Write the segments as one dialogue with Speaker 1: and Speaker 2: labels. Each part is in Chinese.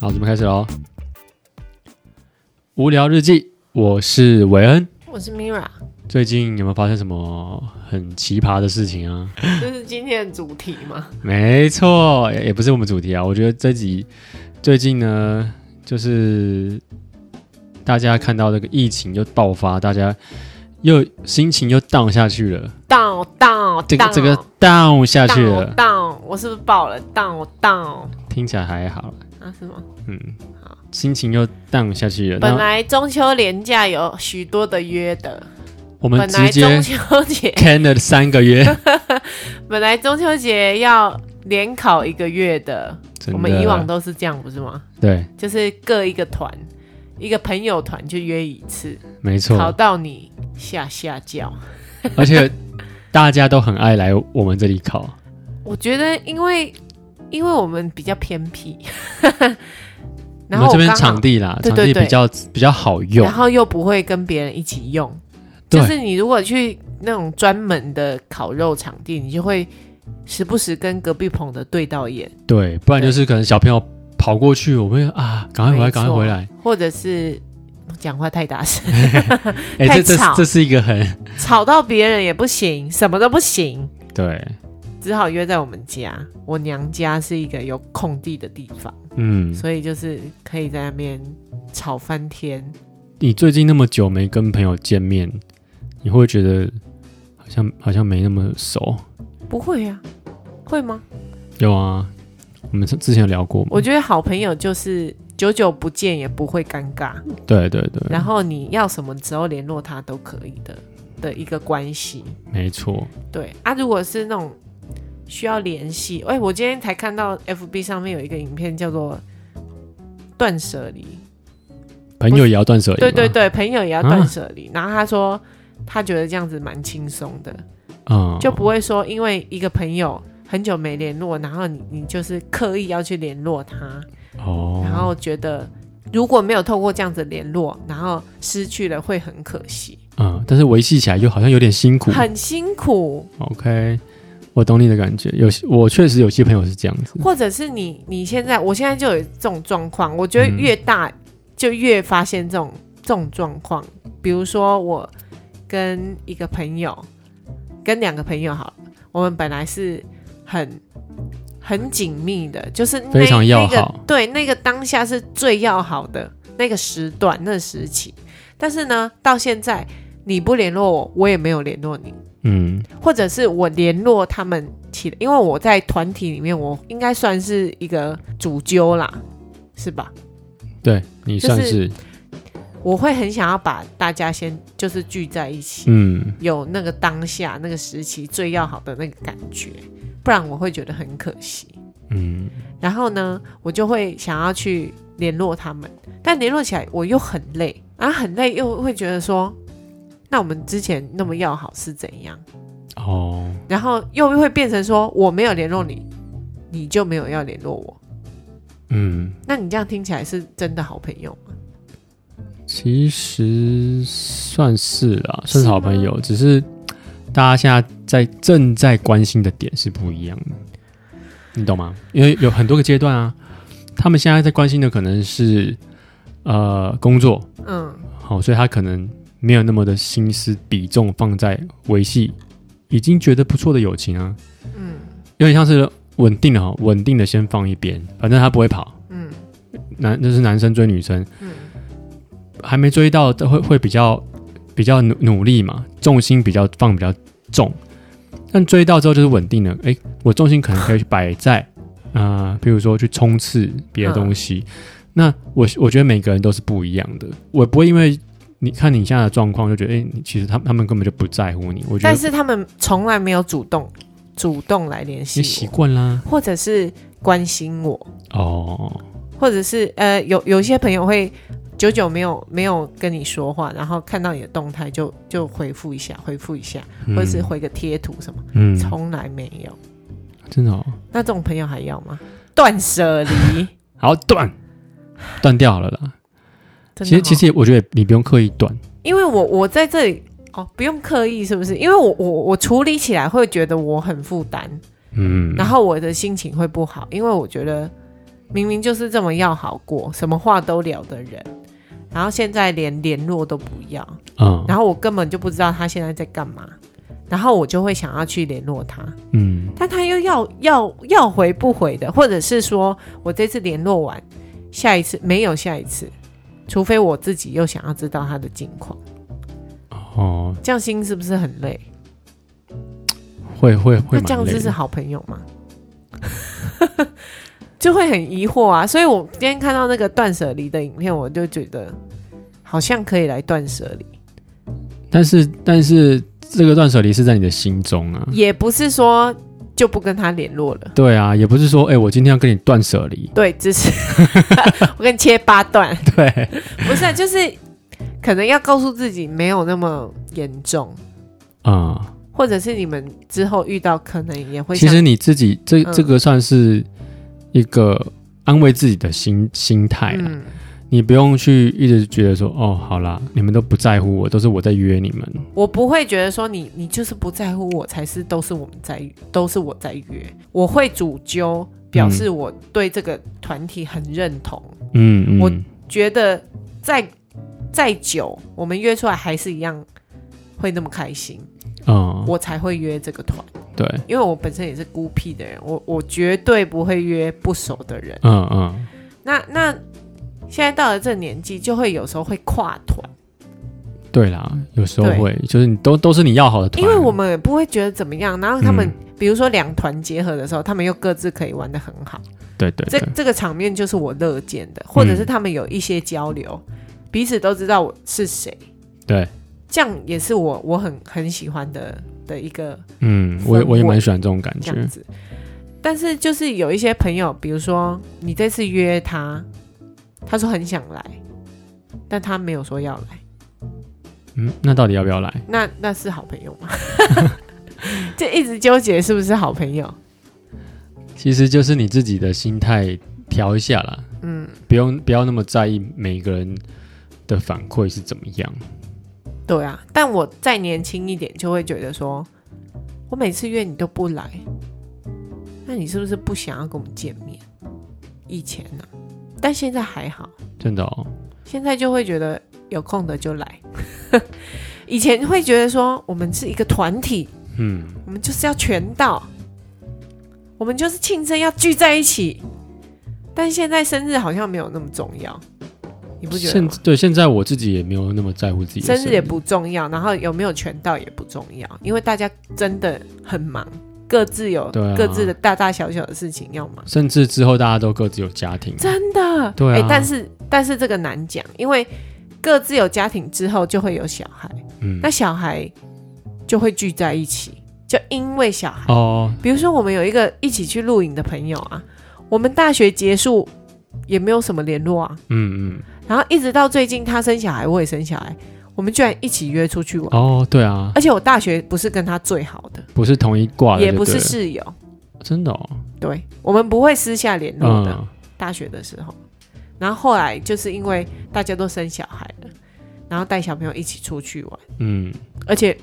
Speaker 1: 好，咱们开始喽。无聊日记，我是韦恩。
Speaker 2: 我是 Mira，
Speaker 1: 最近有没有发生什么很奇葩的事情 啊？
Speaker 2: 这是今天的主题吗？
Speaker 1: 没错，也也不是我们主题啊。我觉得这集最近呢，就是大家看到这个疫情又爆发，大家又心情又 down 下去了，
Speaker 2: 到到
Speaker 1: 这个这个 down 下去了，
Speaker 2: 到，我是不是爆了？到到
Speaker 1: 听起来还好，
Speaker 2: 啊是吗？
Speaker 1: 嗯
Speaker 2: 好，
Speaker 1: 心情又 down 下去了。
Speaker 2: 本
Speaker 1: 那
Speaker 2: 来中秋连假有许多的约的，
Speaker 1: 我们
Speaker 2: 本来
Speaker 1: 直接
Speaker 2: 中秋节，
Speaker 1: can 了三个月，
Speaker 2: 本来中秋节要联考一个月的，
Speaker 1: 真的
Speaker 2: 我们以往都是这样，不是吗？
Speaker 1: 对，
Speaker 2: 就是各一个团，一个朋友团去约一次，
Speaker 1: 没
Speaker 2: 考
Speaker 1: 错，
Speaker 2: 到你吓吓叫。
Speaker 1: 而且大家都很爱来我们这里考。
Speaker 2: 我觉得，因为因为我们比较偏僻，
Speaker 1: 我
Speaker 2: 然
Speaker 1: 们
Speaker 2: 后
Speaker 1: 这边
Speaker 2: 刚好
Speaker 1: 场地啦，
Speaker 2: 对
Speaker 1: 场
Speaker 2: 对
Speaker 1: 地
Speaker 2: 对
Speaker 1: 比较比较好用
Speaker 2: 然，后又不会跟别人一起用。
Speaker 1: 对
Speaker 2: 就是你如果去那种专门的烤肉场地，你就会时不时跟隔壁棚的对到眼，
Speaker 1: 对，不然就是可能小朋友跑过去，我们会啊，赶快回来，
Speaker 2: 没错
Speaker 1: 赶快回来。
Speaker 2: 或者是讲话太 大声，
Speaker 1: 哎、
Speaker 2: 太
Speaker 1: 这这
Speaker 2: 吵
Speaker 1: 这是一个很
Speaker 2: 吵到别人也不行，什么都不行，
Speaker 1: 对，
Speaker 2: 只好约在我们家。我娘家是一个有空地的地方，
Speaker 1: 嗯，
Speaker 2: 所以就是可以在那边吵翻天。
Speaker 1: 你最近那么久没跟朋友见面，你会不会觉得好像好像没那么熟？
Speaker 2: 不会啊，会吗？
Speaker 1: 有啊，我们之之前有聊过嘛，
Speaker 2: 我觉得好朋友就是久久不见也不会尴尬。
Speaker 1: 对对对，
Speaker 2: 然后你要什么时候联络他都可以的的一个关系。
Speaker 1: 没错，
Speaker 2: 对啊，如果是那种需要联系，哎、我今天才看到 FB 上面有一个影片叫做《断舍离》，
Speaker 1: 朋友也啊要断舍离嘛，
Speaker 2: 对对对，朋友也要断舍离。然后他说他觉得这样子蛮轻松的，
Speaker 1: 嗯，
Speaker 2: 就不会说因为一个朋友。很久没联络，然后你你就是刻意要去联络他，
Speaker 1: 哦，
Speaker 2: 然后觉得如果没有透过这样子联络，然后失去了会很可惜，
Speaker 1: 嗯，但是维系起来又好像有点辛苦。
Speaker 2: 很辛苦。
Speaker 1: OK，我懂你的感觉。有些我确实有些朋友是这样子，
Speaker 2: 或者是你你现在，我现在就有这种状况，我觉得越大就越发现这种这种状况。比如说，我跟一个朋友，跟两个朋友好了，我们本来是很很紧密的，就是那
Speaker 1: 非常要
Speaker 2: 那个
Speaker 1: 好
Speaker 2: 对那个当下是最要好的那个时段、那个时期。但是呢，到现在你不联络我，我也没有联络你。
Speaker 1: 嗯，
Speaker 2: 或者是我联络他们起来，因为我在团体里面，我应该算是一个主揪啦，是吧？
Speaker 1: 对你
Speaker 2: 就是
Speaker 1: 算是、
Speaker 2: 我会很想要把大家先就是聚在一起，
Speaker 1: 嗯，
Speaker 2: 有那个当下那个时期最要好的那个感觉，不然我会觉得很可惜。
Speaker 1: 嗯，
Speaker 2: 然后呢，我就会想要去联络他们，但联络起来我又很累，然后很累又会觉得说，那我们之前那么要好是怎样？
Speaker 1: 哦，
Speaker 2: 然后又会变成说我没有联络你，你就没有要联络我。
Speaker 1: 嗯，
Speaker 2: 那你这样听起来是真的好朋友吗？
Speaker 1: 其实算是啦，
Speaker 2: 是
Speaker 1: 算是好朋友，只是大家现在在正在关心的点是不一样的，你懂吗？因为有很多个阶段啊，他们现在在关心的可能是呃工作，
Speaker 2: 嗯，
Speaker 1: 好，所以他可能没有那么的心思比重放在维系已经觉得不错的友情啊，嗯
Speaker 2: 嗯，
Speaker 1: 有点像是稳定的哈，稳定的先放一边，反正他不会跑，
Speaker 2: 嗯
Speaker 1: 男就是男生追女生，
Speaker 2: 嗯
Speaker 1: 还没追到会会比较比较努努力嘛，重心比较放比较重，但追到之后就是稳定了，诶，我重心可能可以去摆在啊，比、如说去冲刺别的东西。
Speaker 2: 嗯
Speaker 1: 那我我觉得每个人都是不一样的，我不会因为你看你现在的状况就觉得，诶，你其实他他们根本就不在乎你，我觉
Speaker 2: 但
Speaker 1: 得
Speaker 2: 是他们从来没有主动主动来联
Speaker 1: 你习
Speaker 2: 系
Speaker 1: 惯啦，
Speaker 2: 我，或者是关心我，
Speaker 1: 哦，
Speaker 2: 或者是呃，有有一些朋友会久久没有没有跟你说话，然后看到你的动态就就回复一下，回复一下，
Speaker 1: 嗯
Speaker 2: 或者是回个贴图什么，
Speaker 1: 嗯，
Speaker 2: 从来没有。
Speaker 1: 真的哦，
Speaker 2: 那这种朋友还要吗？断舍 离，
Speaker 1: 好断断掉了啦。
Speaker 2: 真
Speaker 1: 其
Speaker 2: 的
Speaker 1: 实其
Speaker 2: 哦
Speaker 1: 实也我觉得你不用刻意断，
Speaker 2: 因为我我在这里哦，不用刻意，是不是？因为我我我处理起来会觉得我很负担，
Speaker 1: 嗯，
Speaker 2: 然后我的心情会不好，因为我觉得明明就是这么要好过，什么话都聊的人，然后现在连联络都不要，
Speaker 1: 嗯
Speaker 2: 然后我根本就不知道他现在在干嘛，然后我就会想要去联络他，
Speaker 1: 嗯
Speaker 2: 但他又要要要回不回的，或者是说我这次联络完，下一次没有下一次，除非我自己又想要知道他的近况，
Speaker 1: 哦，
Speaker 2: 这样心是不是很累？
Speaker 1: 会会会
Speaker 2: 那这
Speaker 1: 蛮
Speaker 2: 样
Speaker 1: 累
Speaker 2: 子
Speaker 1: 的
Speaker 2: 是好朋友吗？ 就会很疑惑啊。所以我今天看到那个断舍离的影片，我就觉得好像可以来断舍离，
Speaker 1: 但是但是这个断舍离是在你的心中啊，
Speaker 2: 也不是说就不跟他联络了。
Speaker 1: 对啊，也不是说哎、我今天要跟你断舍离，
Speaker 2: 对，只是 我跟你切八段，
Speaker 1: 对，
Speaker 2: 不是啊、就是可能要告诉自己没有那么严重，
Speaker 1: 啊、
Speaker 2: 或者是你们之后遇到可能也会
Speaker 1: 其
Speaker 2: 像
Speaker 1: 实你自己这
Speaker 2: 嗯
Speaker 1: 这个算是一个安慰自己的心心态啦，
Speaker 2: 嗯，
Speaker 1: 你不用去一直觉得说哦，好啦，你们都不在乎我，都是我在约你们，
Speaker 2: 我不会觉得说你你就是不在乎我才是都是我们在都是我在约，我会主揪表示我对这个团体很认同，
Speaker 1: 嗯嗯，
Speaker 2: 我觉得再再久我们约出来还是一样会那么开心，
Speaker 1: 嗯
Speaker 2: 我才会约这个团，
Speaker 1: 对，
Speaker 2: 因为我本身也是孤僻的人，我我绝对不会约不熟的人。
Speaker 1: 嗯嗯
Speaker 2: 那那现在到了这年纪，就会有时候会跨团。
Speaker 1: 对啦，有时候
Speaker 2: 对
Speaker 1: 会就是你都都是你要好的团，
Speaker 2: 因为我们也不会觉得怎么样，然后他们、
Speaker 1: 嗯
Speaker 2: 比如说两团结合的时候，他们又各自可以玩的很好，
Speaker 1: 对对
Speaker 2: 这
Speaker 1: 对，嗯
Speaker 2: 这个场面就是我乐见的，或者是他们有一些交流，彼此都知道我是谁，
Speaker 1: 对，
Speaker 2: 这样也是我我很很喜欢的的一个
Speaker 1: 嗯，我也
Speaker 2: 氛
Speaker 1: 我也
Speaker 2: 围
Speaker 1: 蛮喜欢这种感
Speaker 2: 这
Speaker 1: 觉
Speaker 2: 样，子。但是就是有一些朋友，比如说你这次约他，他说很想来，但他没有说要来，
Speaker 1: 嗯，那到底要不要来？
Speaker 2: 那那是好朋友吗？ 就一直纠结是不是好朋友？
Speaker 1: 其实就是你自己的心态调一下啦，
Speaker 2: 嗯，
Speaker 1: 不用不要那么在意每个人的反馈是怎么样，
Speaker 2: 对啊，但我再年轻一点，就会觉得说，我每次约你都不来，那你是不是不想要跟我们见面？以前呢、但现在还好，
Speaker 1: 真的哦，
Speaker 2: 现在就会觉得有空的就来。 以前会觉得说，我们是一个团体，
Speaker 1: 嗯，
Speaker 2: 我们就是要全到，我们就是庆生要聚在一起。但现在生日好像没有那么重要，你不觉得
Speaker 1: 现
Speaker 2: 吗？
Speaker 1: 对现在我自己也没有那么在乎自己的
Speaker 2: 生
Speaker 1: 日
Speaker 2: 日也不重要，然后有没有全到也不重要，因为大家真的很忙，各自有
Speaker 1: 对啊
Speaker 2: 各自的大大小小的事情要忙，
Speaker 1: 甚至之后大家都各自有家庭，
Speaker 2: 真的。
Speaker 1: 对啊
Speaker 2: 诶但是但是这个难讲，因为各自有家庭之后就会有小孩，
Speaker 1: 嗯
Speaker 2: 那，小孩就会聚在一起，就因为小孩。
Speaker 1: 哦，
Speaker 2: 比如说我们有一个一起去露营的朋友啊，我们大学结束也没有什么联络啊，
Speaker 1: 嗯嗯，
Speaker 2: 然后一直到最近他生小孩，我也生小孩，我们居然一起约出去玩。
Speaker 1: 哦，对啊，
Speaker 2: 而且我大学不是跟他最好的，
Speaker 1: 不是同一挂的就
Speaker 2: 也
Speaker 1: 对了，
Speaker 2: 不是室友，
Speaker 1: 真的哦，
Speaker 2: 对我们不会私下联络的。
Speaker 1: 嗯，
Speaker 2: 大学的时候，然后后来就是因为大家都生小孩了，然后带小朋友一起出去玩，
Speaker 1: 嗯，
Speaker 2: 而且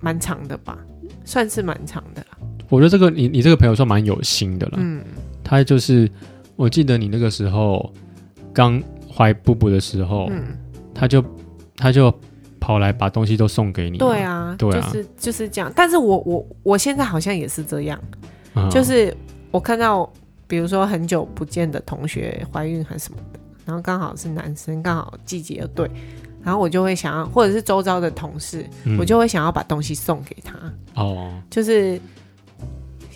Speaker 2: 蛮长的吧，算是蛮长的啦。
Speaker 1: 我觉得这个你你这个朋友算蛮有心的了，
Speaker 2: 嗯，
Speaker 1: 他就是我记得你那个时候刚怀布布的时候，
Speaker 2: 嗯
Speaker 1: 他就他就跑来把东西都送给你，
Speaker 2: 对，啊，
Speaker 1: 对啊
Speaker 2: 就是就是这样。但是我我我现在好像也是这样，
Speaker 1: 嗯
Speaker 2: 就是我看到，比如说很久不见的同学怀孕还是什么的，然后刚好是男生，刚好季节又对，然后我就会想要，或者是周遭的同事，
Speaker 1: 嗯
Speaker 2: 我就会想要把东西送给他，
Speaker 1: 哦，
Speaker 2: 就是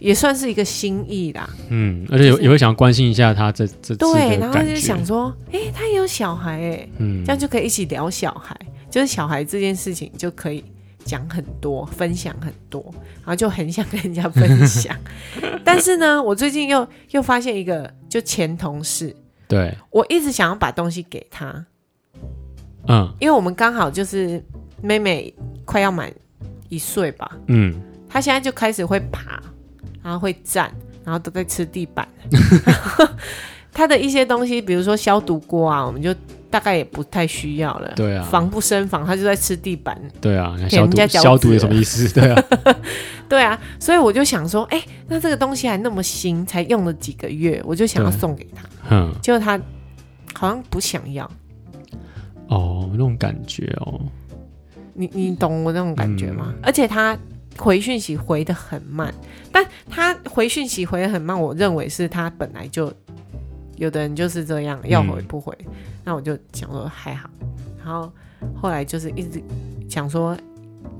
Speaker 2: 也算是一个心意啦。
Speaker 1: 嗯，而且有
Speaker 2: 就是
Speaker 1: 也会想要关心一下他这这次
Speaker 2: 对，
Speaker 1: 的
Speaker 2: 然后
Speaker 1: 感
Speaker 2: 就
Speaker 1: 觉
Speaker 2: 想，说，哎、他也有小孩哎、
Speaker 1: 嗯
Speaker 2: 这样就可以一起聊小孩，就是小孩这件事情就可以讲很多，分享很多，然后就很想跟人家 分享。但是呢，我最近又又发现一个，就前同事，
Speaker 1: 对，
Speaker 2: 我一直想要把东西给他，
Speaker 1: 嗯
Speaker 2: 因为我们刚好就是妹妹快要满一岁吧，
Speaker 1: 嗯，
Speaker 2: 她现在就开始会爬，然后会站，然后都 在吃地板。她的一些东西，比如说消毒锅啊，我们就大概也不太需要了。
Speaker 1: 对啊，
Speaker 2: 防不胜防，他就在吃地板。
Speaker 1: 对啊，那
Speaker 2: 给
Speaker 1: 消
Speaker 2: 人家
Speaker 1: 毒
Speaker 2: 脚
Speaker 1: 消毒
Speaker 2: 趾
Speaker 1: 有什么意思？ 对啊，
Speaker 2: 对啊，所以我就想说，哎、那这个东西还那么新，才用了几个月，我就想要
Speaker 1: 对
Speaker 2: 送给他，
Speaker 1: 嗯，
Speaker 2: 结果他好像不想要。
Speaker 1: 哦，那种感觉哦，
Speaker 2: 你你懂我那种感觉吗？而且他回讯息回的很慢，但他回讯息回的很慢，我认为是他本来就有的人就是这样，要回不回。那我就想说还好，然后后来就是一直想说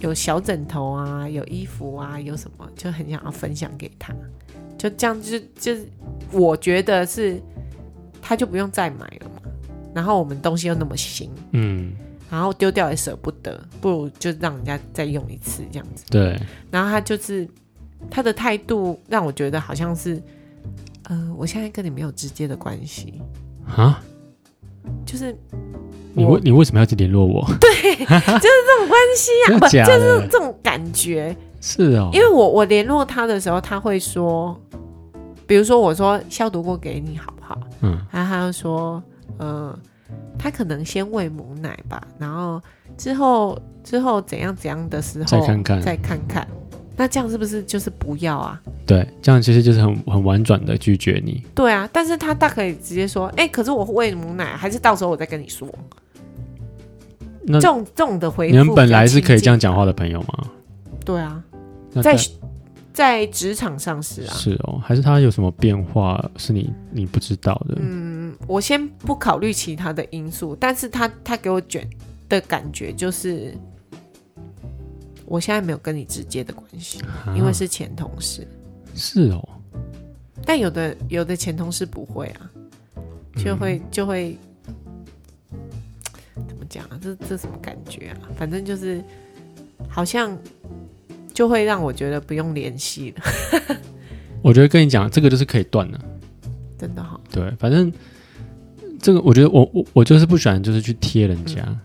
Speaker 2: 有小枕头啊，有衣服啊，有什么就很想要分享给他，就这样就就是我觉得是他就不用再买了嘛。然后我们东西又那么新，
Speaker 1: 嗯，
Speaker 2: 然后丢掉也舍不得，不如就让人家再用一次这样子。
Speaker 1: 对，
Speaker 2: 然后他就是他的态度让我觉得好像是，呃，我现在跟你没有直接的关系，
Speaker 1: 啊，
Speaker 2: 就是
Speaker 1: 你
Speaker 2: 我
Speaker 1: 为你为什么要去联络 我？
Speaker 2: 这
Speaker 1: 真
Speaker 2: 样
Speaker 1: 的
Speaker 2: 不
Speaker 1: 假的？
Speaker 2: 这种感觉。
Speaker 1: 是哦，
Speaker 2: 啊因为我我联络他的时候，他会说，比如说我说消毒过给你好不好？
Speaker 1: 嗯，
Speaker 2: 然后他就说，呃，他可能先喂母奶吧，然后之后之后怎样怎样的时候
Speaker 1: 再看看
Speaker 2: 再看看。那这样是不是就是不要啊？
Speaker 1: 对，这样其实就是很很婉转的拒绝你，
Speaker 2: 对啊，但是他大可以直接说，哎、可是我喂母奶，还是到时候我再跟你说。
Speaker 1: 那
Speaker 2: 这种这种的回复，
Speaker 1: 你们本来是可以这样讲话。的朋友吗？
Speaker 2: 对啊，
Speaker 1: 那
Speaker 2: 在在职场上是啊，
Speaker 1: 是哦，还是他有什么变化是你你不知道的？
Speaker 2: 嗯我先不考虑其他的因素，但是他他给我卷的感觉就是，我现在没有跟你直接的关系，
Speaker 1: 啊
Speaker 2: 因为是前同事。
Speaker 1: 是哦，
Speaker 2: 但有的有的前同事不会啊，就会、
Speaker 1: 嗯
Speaker 2: 就会怎么讲啊？这这什么感觉啊？反正就是好像就会让我觉得不用联系了，
Speaker 1: 我觉得跟你讲，这个就是可以断的。
Speaker 2: 真的哈、
Speaker 1: 对，反正这个我觉得我我我就是不喜欢，就是去贴人家。
Speaker 2: 嗯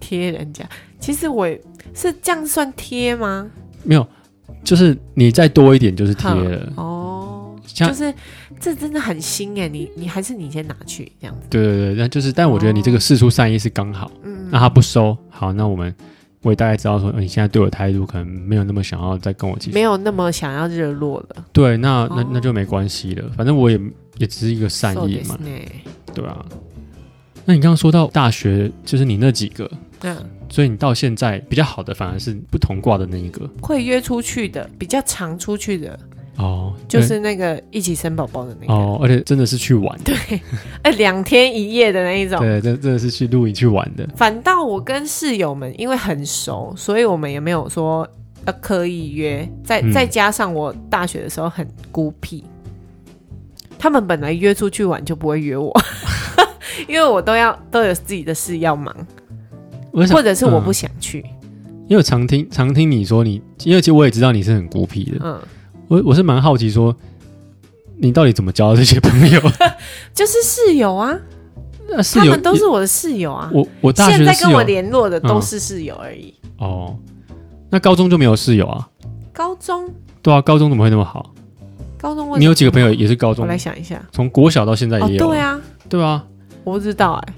Speaker 2: 贴人家。其实我也是这样算贴吗？
Speaker 1: 没有，就是你再多一点就是贴了。
Speaker 2: 哦，
Speaker 1: 像
Speaker 2: 就是这真的很新哎，你你还是你先拿去这样子，
Speaker 1: 对对对，那就是，但我觉得你这个事出善意是刚好。
Speaker 2: 嗯，
Speaker 1: 那他不收，好，那我们我也大概知道说，呃你现在对我态度可能没有那么想要再跟我继续
Speaker 2: 没。有那么想要热络了，
Speaker 1: 对，那那
Speaker 2: 哦
Speaker 1: 那就没关系了，反正我也也只是一个善
Speaker 2: そう
Speaker 1: 意
Speaker 2: です
Speaker 1: 嘛，
Speaker 2: ね
Speaker 1: 对啊。那你刚刚说到大学，就是你那几个，
Speaker 2: 嗯，
Speaker 1: 所以你到现在比较好的反而是不同挂的那一个
Speaker 2: 会约出去的，比较常出去的，
Speaker 1: 哦，
Speaker 2: 就是那个一起生宝宝的那
Speaker 1: 对
Speaker 2: 个，
Speaker 1: 哦，而且真的是去玩，对，
Speaker 2: 哎、两天一夜的那一种。
Speaker 1: 真真的是去露营去玩的，
Speaker 2: 反倒我跟室友们因为很熟，所以我们也没有说要刻意约。再、
Speaker 1: 嗯
Speaker 2: 再加上我大学的时候很孤僻，他们本来约出去玩就不会约我， 因为我都要都有自己的事要忙，
Speaker 1: 我想
Speaker 2: 或者是我不
Speaker 1: 嗯
Speaker 2: 想去。
Speaker 1: 因为我常听常听你说你，因为其实我也知道你是很孤僻的，
Speaker 2: 嗯，
Speaker 1: 我我是蛮好奇说，你到底怎么交到这些朋 友？
Speaker 2: 就是室友啊，
Speaker 1: 那室
Speaker 2: 他
Speaker 1: 友
Speaker 2: 们都是我的室友啊。
Speaker 1: 我我大
Speaker 2: 现
Speaker 1: 学的
Speaker 2: 在
Speaker 1: 室
Speaker 2: 跟我
Speaker 1: 友
Speaker 2: 联络的都
Speaker 1: 嗯
Speaker 2: 是室友而已。
Speaker 1: 哦，那高中就没有室友啊？
Speaker 2: 高中，
Speaker 1: 对啊，高中怎么会那么好？
Speaker 2: 高中为
Speaker 1: 你
Speaker 2: 什
Speaker 1: 有哎
Speaker 2: 么
Speaker 1: 几个朋友也是高
Speaker 2: 我
Speaker 1: 中
Speaker 2: 来，想一下。
Speaker 1: 从国小到现在
Speaker 2: 哦，
Speaker 1: 也有，
Speaker 2: 对啊，
Speaker 1: 对啊，
Speaker 2: 我不知道哎、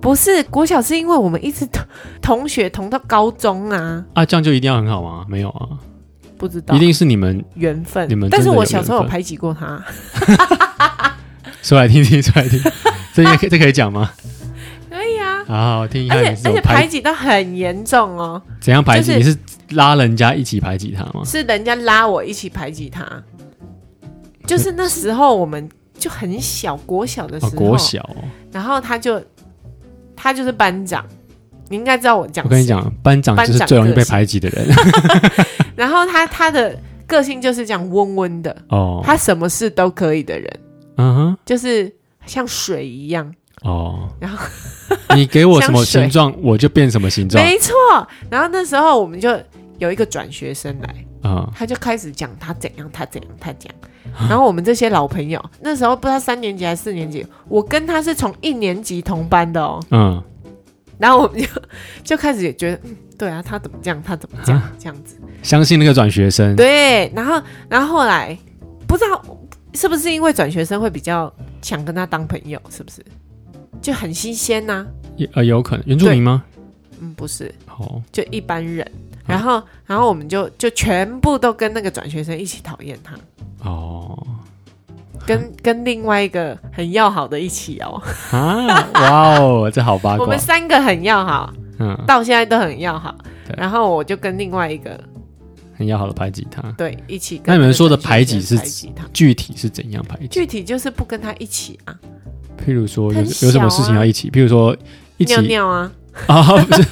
Speaker 2: 不是国小是因为我们一直同 同学同到高中啊，
Speaker 1: 啊，这样就一定要很好吗？没有啊，
Speaker 2: 不知道
Speaker 1: 一定是你们
Speaker 2: 缘分。
Speaker 1: 你们
Speaker 2: 但是
Speaker 1: 真的
Speaker 2: 我
Speaker 1: 有
Speaker 2: 小时候
Speaker 1: 缘
Speaker 2: 有
Speaker 1: 分
Speaker 2: 排挤过他，
Speaker 1: 说来听听，说 来听，这应该可以这可以讲吗？
Speaker 2: 可以啊，
Speaker 1: 好好我听一下
Speaker 2: 而
Speaker 1: 你
Speaker 2: 且
Speaker 1: 是
Speaker 2: 而
Speaker 1: 怎么
Speaker 2: 且排挤到很严重哦，
Speaker 1: 怎样排挤？
Speaker 2: 就是
Speaker 1: 你是拉人家一起排挤他吗？
Speaker 2: 是人家拉我一起排挤他，就是那时候我们就很小，国小的时
Speaker 1: 哦，
Speaker 2: 候，
Speaker 1: 国小哦、
Speaker 2: 然后他就他就是班长，你应该知道我讲
Speaker 1: 我跟你
Speaker 2: 谁，
Speaker 1: 讲，班长就是最容易被排挤的 人
Speaker 2: 然后他他的个性就是这样温温的，
Speaker 1: 哦。
Speaker 2: 他什么事都可以的人。
Speaker 1: 嗯哼，
Speaker 2: 就是像水一样，
Speaker 1: 哦，
Speaker 2: 然后
Speaker 1: 你给我什么
Speaker 2: 香水
Speaker 1: 形状，我就变什么形状
Speaker 2: 没错。然后那时候我们就有一个转学生来，
Speaker 1: 啊、
Speaker 2: 他就开始讲他怎样，他怎样，他怎样。然后我们这些老朋友，那时候不知道三年级还是四年级，我跟他是从一年级同班的哦。
Speaker 1: 嗯。
Speaker 2: 然后我们就就开始也觉得，嗯，对啊，他怎么这样，他怎么这样，这样子。
Speaker 1: 相信那个转学生，
Speaker 2: 对，然后然后后来不知道是不是因为转学生会比较想跟他当朋友，是不是？就很新鲜呐、
Speaker 1: 也呃有可能原住民吗？哦
Speaker 2: 嗯，不是，
Speaker 1: 好，
Speaker 2: 就一般人。
Speaker 1: 嗯
Speaker 2: 然后，然后我们就就全部都跟那个转学生一起讨厌他，
Speaker 1: 哦
Speaker 2: 跟
Speaker 1: 嗯
Speaker 2: 跟另外一个很要好的一起哦，
Speaker 1: 啊，哇哦，这好八
Speaker 2: 我
Speaker 1: 卦
Speaker 2: 们，三个很要好，
Speaker 1: 嗯，
Speaker 2: 到现在都很要好
Speaker 1: 对。
Speaker 2: 然后我就跟另外一个
Speaker 1: 很要好的排挤他，
Speaker 2: 对一起跟
Speaker 1: 那
Speaker 2: 那个转学生排挤他。
Speaker 1: 你们说的排挤是
Speaker 2: 他，
Speaker 1: 具体是怎样排挤？
Speaker 2: 具体就是不跟他一起啊，
Speaker 1: 譬如说有
Speaker 2: 很啊
Speaker 1: 有什么事情要一起？譬如说一起
Speaker 2: 尿尿啊，
Speaker 1: 啊，不是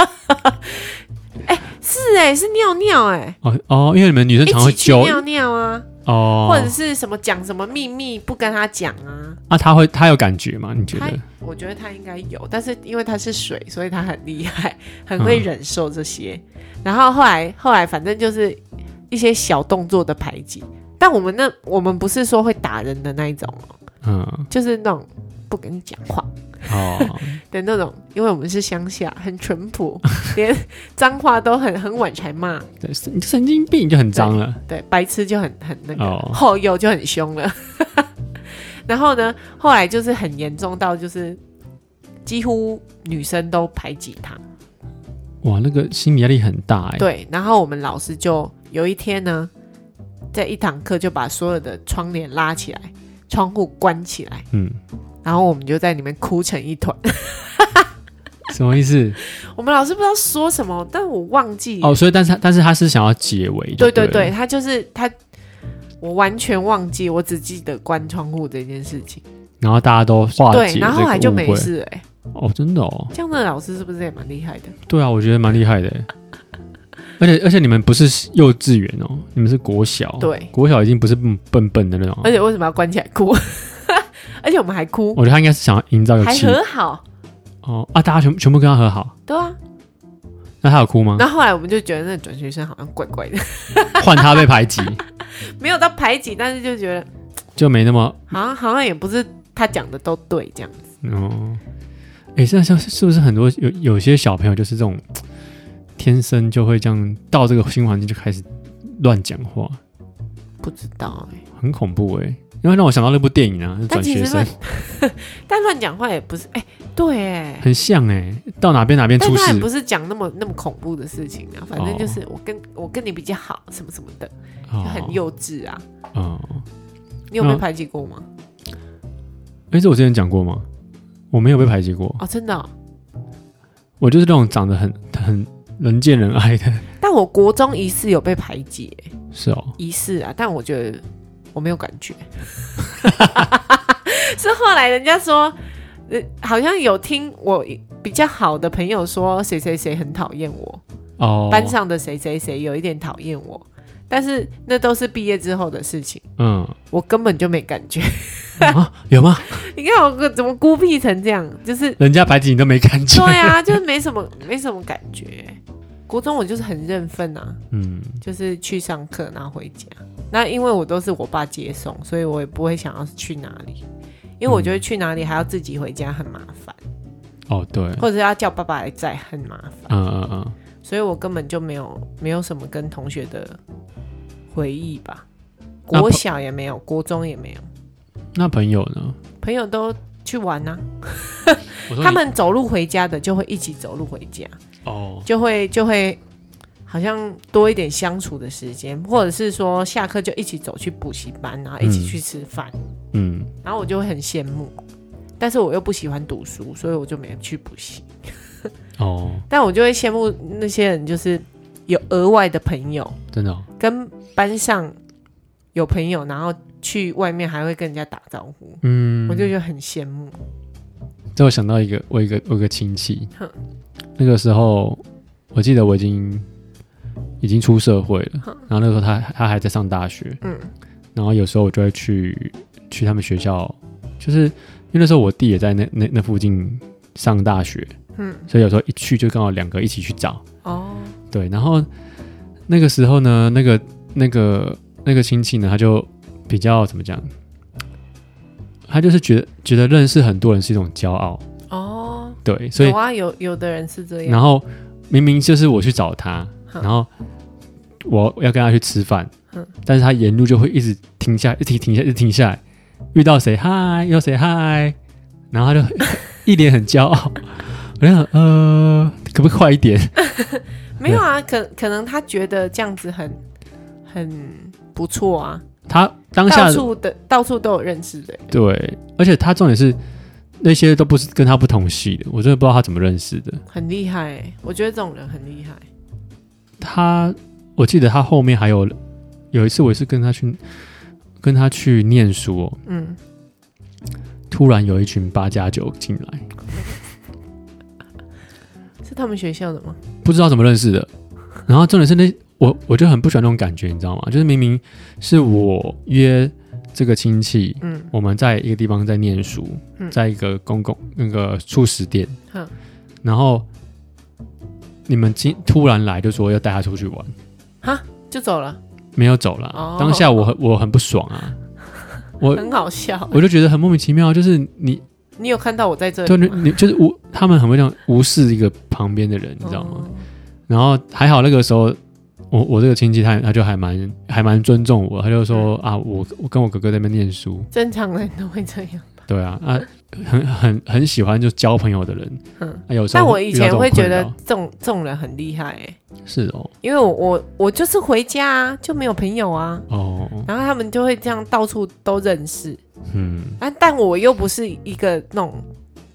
Speaker 2: 是哎、是尿尿哎、
Speaker 1: 哦哦，因为你们女生
Speaker 2: 一
Speaker 1: 常会
Speaker 2: 起去
Speaker 1: 揪
Speaker 2: 尿尿啊，
Speaker 1: 哦，
Speaker 2: 或者是什么讲什么秘密不跟他讲啊。
Speaker 1: 啊，他会他有感觉吗？你觉
Speaker 2: 他
Speaker 1: 得？
Speaker 2: 我觉得他应该有，但是因为他是水，所以他很厉害，很会忍受这些。然后后来后来，反正就是一些小动作的排挤。但我们那我们不是说会打人的那一种哦，
Speaker 1: 嗯，
Speaker 2: 就是那种不跟你讲话
Speaker 1: 哦，
Speaker 2: 的那种，因为我们是乡下，很淳朴，连脏话都很很晚才骂，
Speaker 1: 对神神经病就很脏了，
Speaker 2: 对，白痴就很很那个，
Speaker 1: 哦
Speaker 2: 后右就很凶了。 然后呢，后来就是很严重到就是几乎女生都排挤他。
Speaker 1: 哇，那个心理压力很大哎、
Speaker 2: 对，然后我们老师就有一天呢，在一堂课就把所有的窗帘拉起来，窗户关起来，
Speaker 1: 嗯，
Speaker 2: 然后我们就在里面哭成一团。
Speaker 1: 什么意思？
Speaker 2: 我们老师不知道说什么，但我忘记。
Speaker 1: 哦，所以但是他但是他是想要解围，
Speaker 2: 对
Speaker 1: 对
Speaker 2: 对
Speaker 1: 了
Speaker 2: 对，，他就是他，我完全忘记，我只记得关窗户这件事情。
Speaker 1: 然后大家都化
Speaker 2: 对，
Speaker 1: 解
Speaker 2: 然后
Speaker 1: 这
Speaker 2: 后
Speaker 1: 个
Speaker 2: 来就
Speaker 1: 误
Speaker 2: 没
Speaker 1: 会
Speaker 2: 事哎、
Speaker 1: 哦，真的哦，
Speaker 2: 这样的老师是不是也蛮厉害的？
Speaker 1: 对啊，我觉得蛮厉害的欸。而且而且你们不是幼稚园哦，你们是国小，
Speaker 2: 对嗯
Speaker 1: 国小已经不是笨笨笨的那种哦，
Speaker 2: 而且为什么要关起来哭？ 而且我们还哭，
Speaker 1: 我觉得他应该是想要营造有
Speaker 2: 还
Speaker 1: 气
Speaker 2: 和好，
Speaker 1: 哦啊，大家全全部跟他和好，
Speaker 2: 对啊。
Speaker 1: 那他有哭 吗？
Speaker 2: 然后后来我们就觉得那转学生好像怪怪的，
Speaker 1: 换他被排挤，
Speaker 2: 没有到排挤，但是就觉得
Speaker 1: 就没那么
Speaker 2: 好像好像也不是他讲的都对这样子。
Speaker 1: 哦。哎，这样像是不是很多有有些小朋友就是这种天生就会这样到这个新环境就开始乱讲话，
Speaker 2: 不知道哎、
Speaker 1: 很恐怖哎、因为让我想到那部电影啊，
Speaker 2: 但
Speaker 1: 转
Speaker 2: 其
Speaker 1: 学
Speaker 2: 实
Speaker 1: 生
Speaker 2: 乱，但乱讲话也不是哎、对哎、
Speaker 1: 很像哎、到哪边哪边
Speaker 2: 但
Speaker 1: 出
Speaker 2: 他也
Speaker 1: 事哦
Speaker 2: 不是讲那么那么恐怖的事情啊，反正就是我跟、我跟你比较好，什么什么的，就
Speaker 1: 哦嗯
Speaker 2: 很幼稚啊。
Speaker 1: 哦。
Speaker 2: 你有没有
Speaker 1: 那
Speaker 2: 排挤过吗？
Speaker 1: 哎、这我之前讲过吗？我没有被排挤过，
Speaker 2: 哦，真的哦、
Speaker 1: 我就是那种长得很很人见人爱的。
Speaker 2: 但我国中疑似有被排挤、哎
Speaker 1: 是哦，
Speaker 2: 疑似啊，但我觉得我没有感觉。是后来人家说，呃，好像有听我比较好的朋友说，谁谁谁很讨厌我，
Speaker 1: 哦，
Speaker 2: 班上的谁谁谁有一点讨厌我，但是那都是毕业之后的事情，
Speaker 1: 嗯
Speaker 2: 我根本就没感觉。
Speaker 1: 啊，有吗？
Speaker 2: 你看我怎么孤僻成这样，就是
Speaker 1: 人家排挤你都没感觉
Speaker 2: 对。啊，就是没什么没什么感觉。国中我就是很认份啊，
Speaker 1: 嗯，
Speaker 2: 就是去上课，然后回家。那因为我都是我爸接送，所以我也不会想要去哪里，因为我觉得去哪里还要自己回家很麻烦，
Speaker 1: 哦对，
Speaker 2: 或者要叫爸爸来载很麻烦，
Speaker 1: 嗯嗯嗯，
Speaker 2: 所以我根本就没有没有什么跟同学的回忆吧。
Speaker 1: 那
Speaker 2: 国
Speaker 1: 朋
Speaker 2: 小也没有，国中也没有，
Speaker 1: 那朋友呢？
Speaker 2: 朋友都去玩呐、
Speaker 1: 我说
Speaker 2: 他
Speaker 1: 你
Speaker 2: 们走路回家的就会一起走路回家，
Speaker 1: 哦，
Speaker 2: 就会就会好像多一点相处的时间，或者是说下课就一起走去补习班，然后一起
Speaker 1: 嗯
Speaker 2: 去吃饭。
Speaker 1: 嗯，
Speaker 2: 然后我就会很羡慕，但是我又不喜欢读书，所以我就没去补习。
Speaker 1: 哦，
Speaker 2: 但我就会羡慕那些人，就是有额外的朋友，
Speaker 1: 真的哦、
Speaker 2: 跟班上有朋友，然后去外面还会跟人家打招呼，
Speaker 1: 嗯，
Speaker 2: 我就觉得很羡慕。
Speaker 1: 这我想到一个，我有一个我有一个亲戚
Speaker 2: 哼，
Speaker 1: 那个时候我记得我已经已经出社会了，然后那个时候他他还在上大学，
Speaker 2: 嗯，
Speaker 1: 然后有时候我就会去去他们学校，就是因为那时候我弟也在那那那附近上大学，
Speaker 2: 嗯，
Speaker 1: 所以有时候一去就刚好两个一起去找，
Speaker 2: 哦，
Speaker 1: 对，然后那个时候呢，那个那个那个亲戚呢，他就比较怎么讲，他就是觉得觉得认识很多人是一种骄傲，
Speaker 2: 哦，
Speaker 1: 对，所以
Speaker 2: 有啊，有有的人是这样，
Speaker 1: 然后明明就是我去找他，
Speaker 2: 哼
Speaker 1: 然后我要跟他去吃饭
Speaker 2: 嗯，
Speaker 1: 但是他沿路就会一直停下，一直停停下，一直停下来，遇到谁嗨，遇到谁嗨，然后他就 一脸很骄傲。我想，呃，可不可以快一点？
Speaker 2: 没有啊，可可能他觉得这样子很很不错啊，
Speaker 1: 他当下
Speaker 2: 到处的到处都有认识的人，
Speaker 1: 对，而且他重点是那些都不是跟他不同系的，我真的不知道他怎么认识的。
Speaker 2: 很厉害、欸。我觉得这种人很厉害。
Speaker 1: 他，我记得他后面还有有一次，我也是跟他去跟他去念书、哦，
Speaker 2: 嗯，
Speaker 1: 突然有一群八加九进来，
Speaker 2: 是他们学校的吗？
Speaker 1: 不知道怎么认识的。然后重点是那我我就很不喜欢那种感觉，你知道吗？就是明明是我约这个亲戚，
Speaker 2: 嗯，
Speaker 1: 我们在一个地方在念书，
Speaker 2: 嗯
Speaker 1: 在一个公共那个素食店，
Speaker 2: 哼
Speaker 1: 然后你们今突然来就说要带他出去玩，
Speaker 2: 就走了，
Speaker 1: 没有走了。
Speaker 2: 哦
Speaker 1: 当下我很我很不爽啊，我
Speaker 2: 很好笑。
Speaker 1: 我就觉得很莫名其妙，就是你
Speaker 2: 你有看到我在这
Speaker 1: 对
Speaker 2: 里
Speaker 1: 你
Speaker 2: 吗？
Speaker 1: 你就是无他们很会这样无视一个旁边的人，你知道吗？
Speaker 2: 哦？
Speaker 1: 然后还好那个时候，我我这个亲戚他他就还蛮还蛮尊重我，他就说
Speaker 2: 嗯
Speaker 1: 啊，我我跟我哥哥在那边念书，
Speaker 2: 正常人都会这 样。
Speaker 1: 对啊啊，很很很喜欢就交朋友的人，
Speaker 2: 嗯，
Speaker 1: 啊、有时候
Speaker 2: 但我以
Speaker 1: 遇到这
Speaker 2: 前
Speaker 1: 种
Speaker 2: 会觉
Speaker 1: 困
Speaker 2: 得
Speaker 1: 扰
Speaker 2: 这种这种人很厉害、欸，
Speaker 1: 是哦
Speaker 2: 因为我我我就是回家、啊、就没有朋友啊，
Speaker 1: 哦
Speaker 2: 然后他们就会这样到处都认识
Speaker 1: 嗯
Speaker 2: 啊，但我又不是一个那种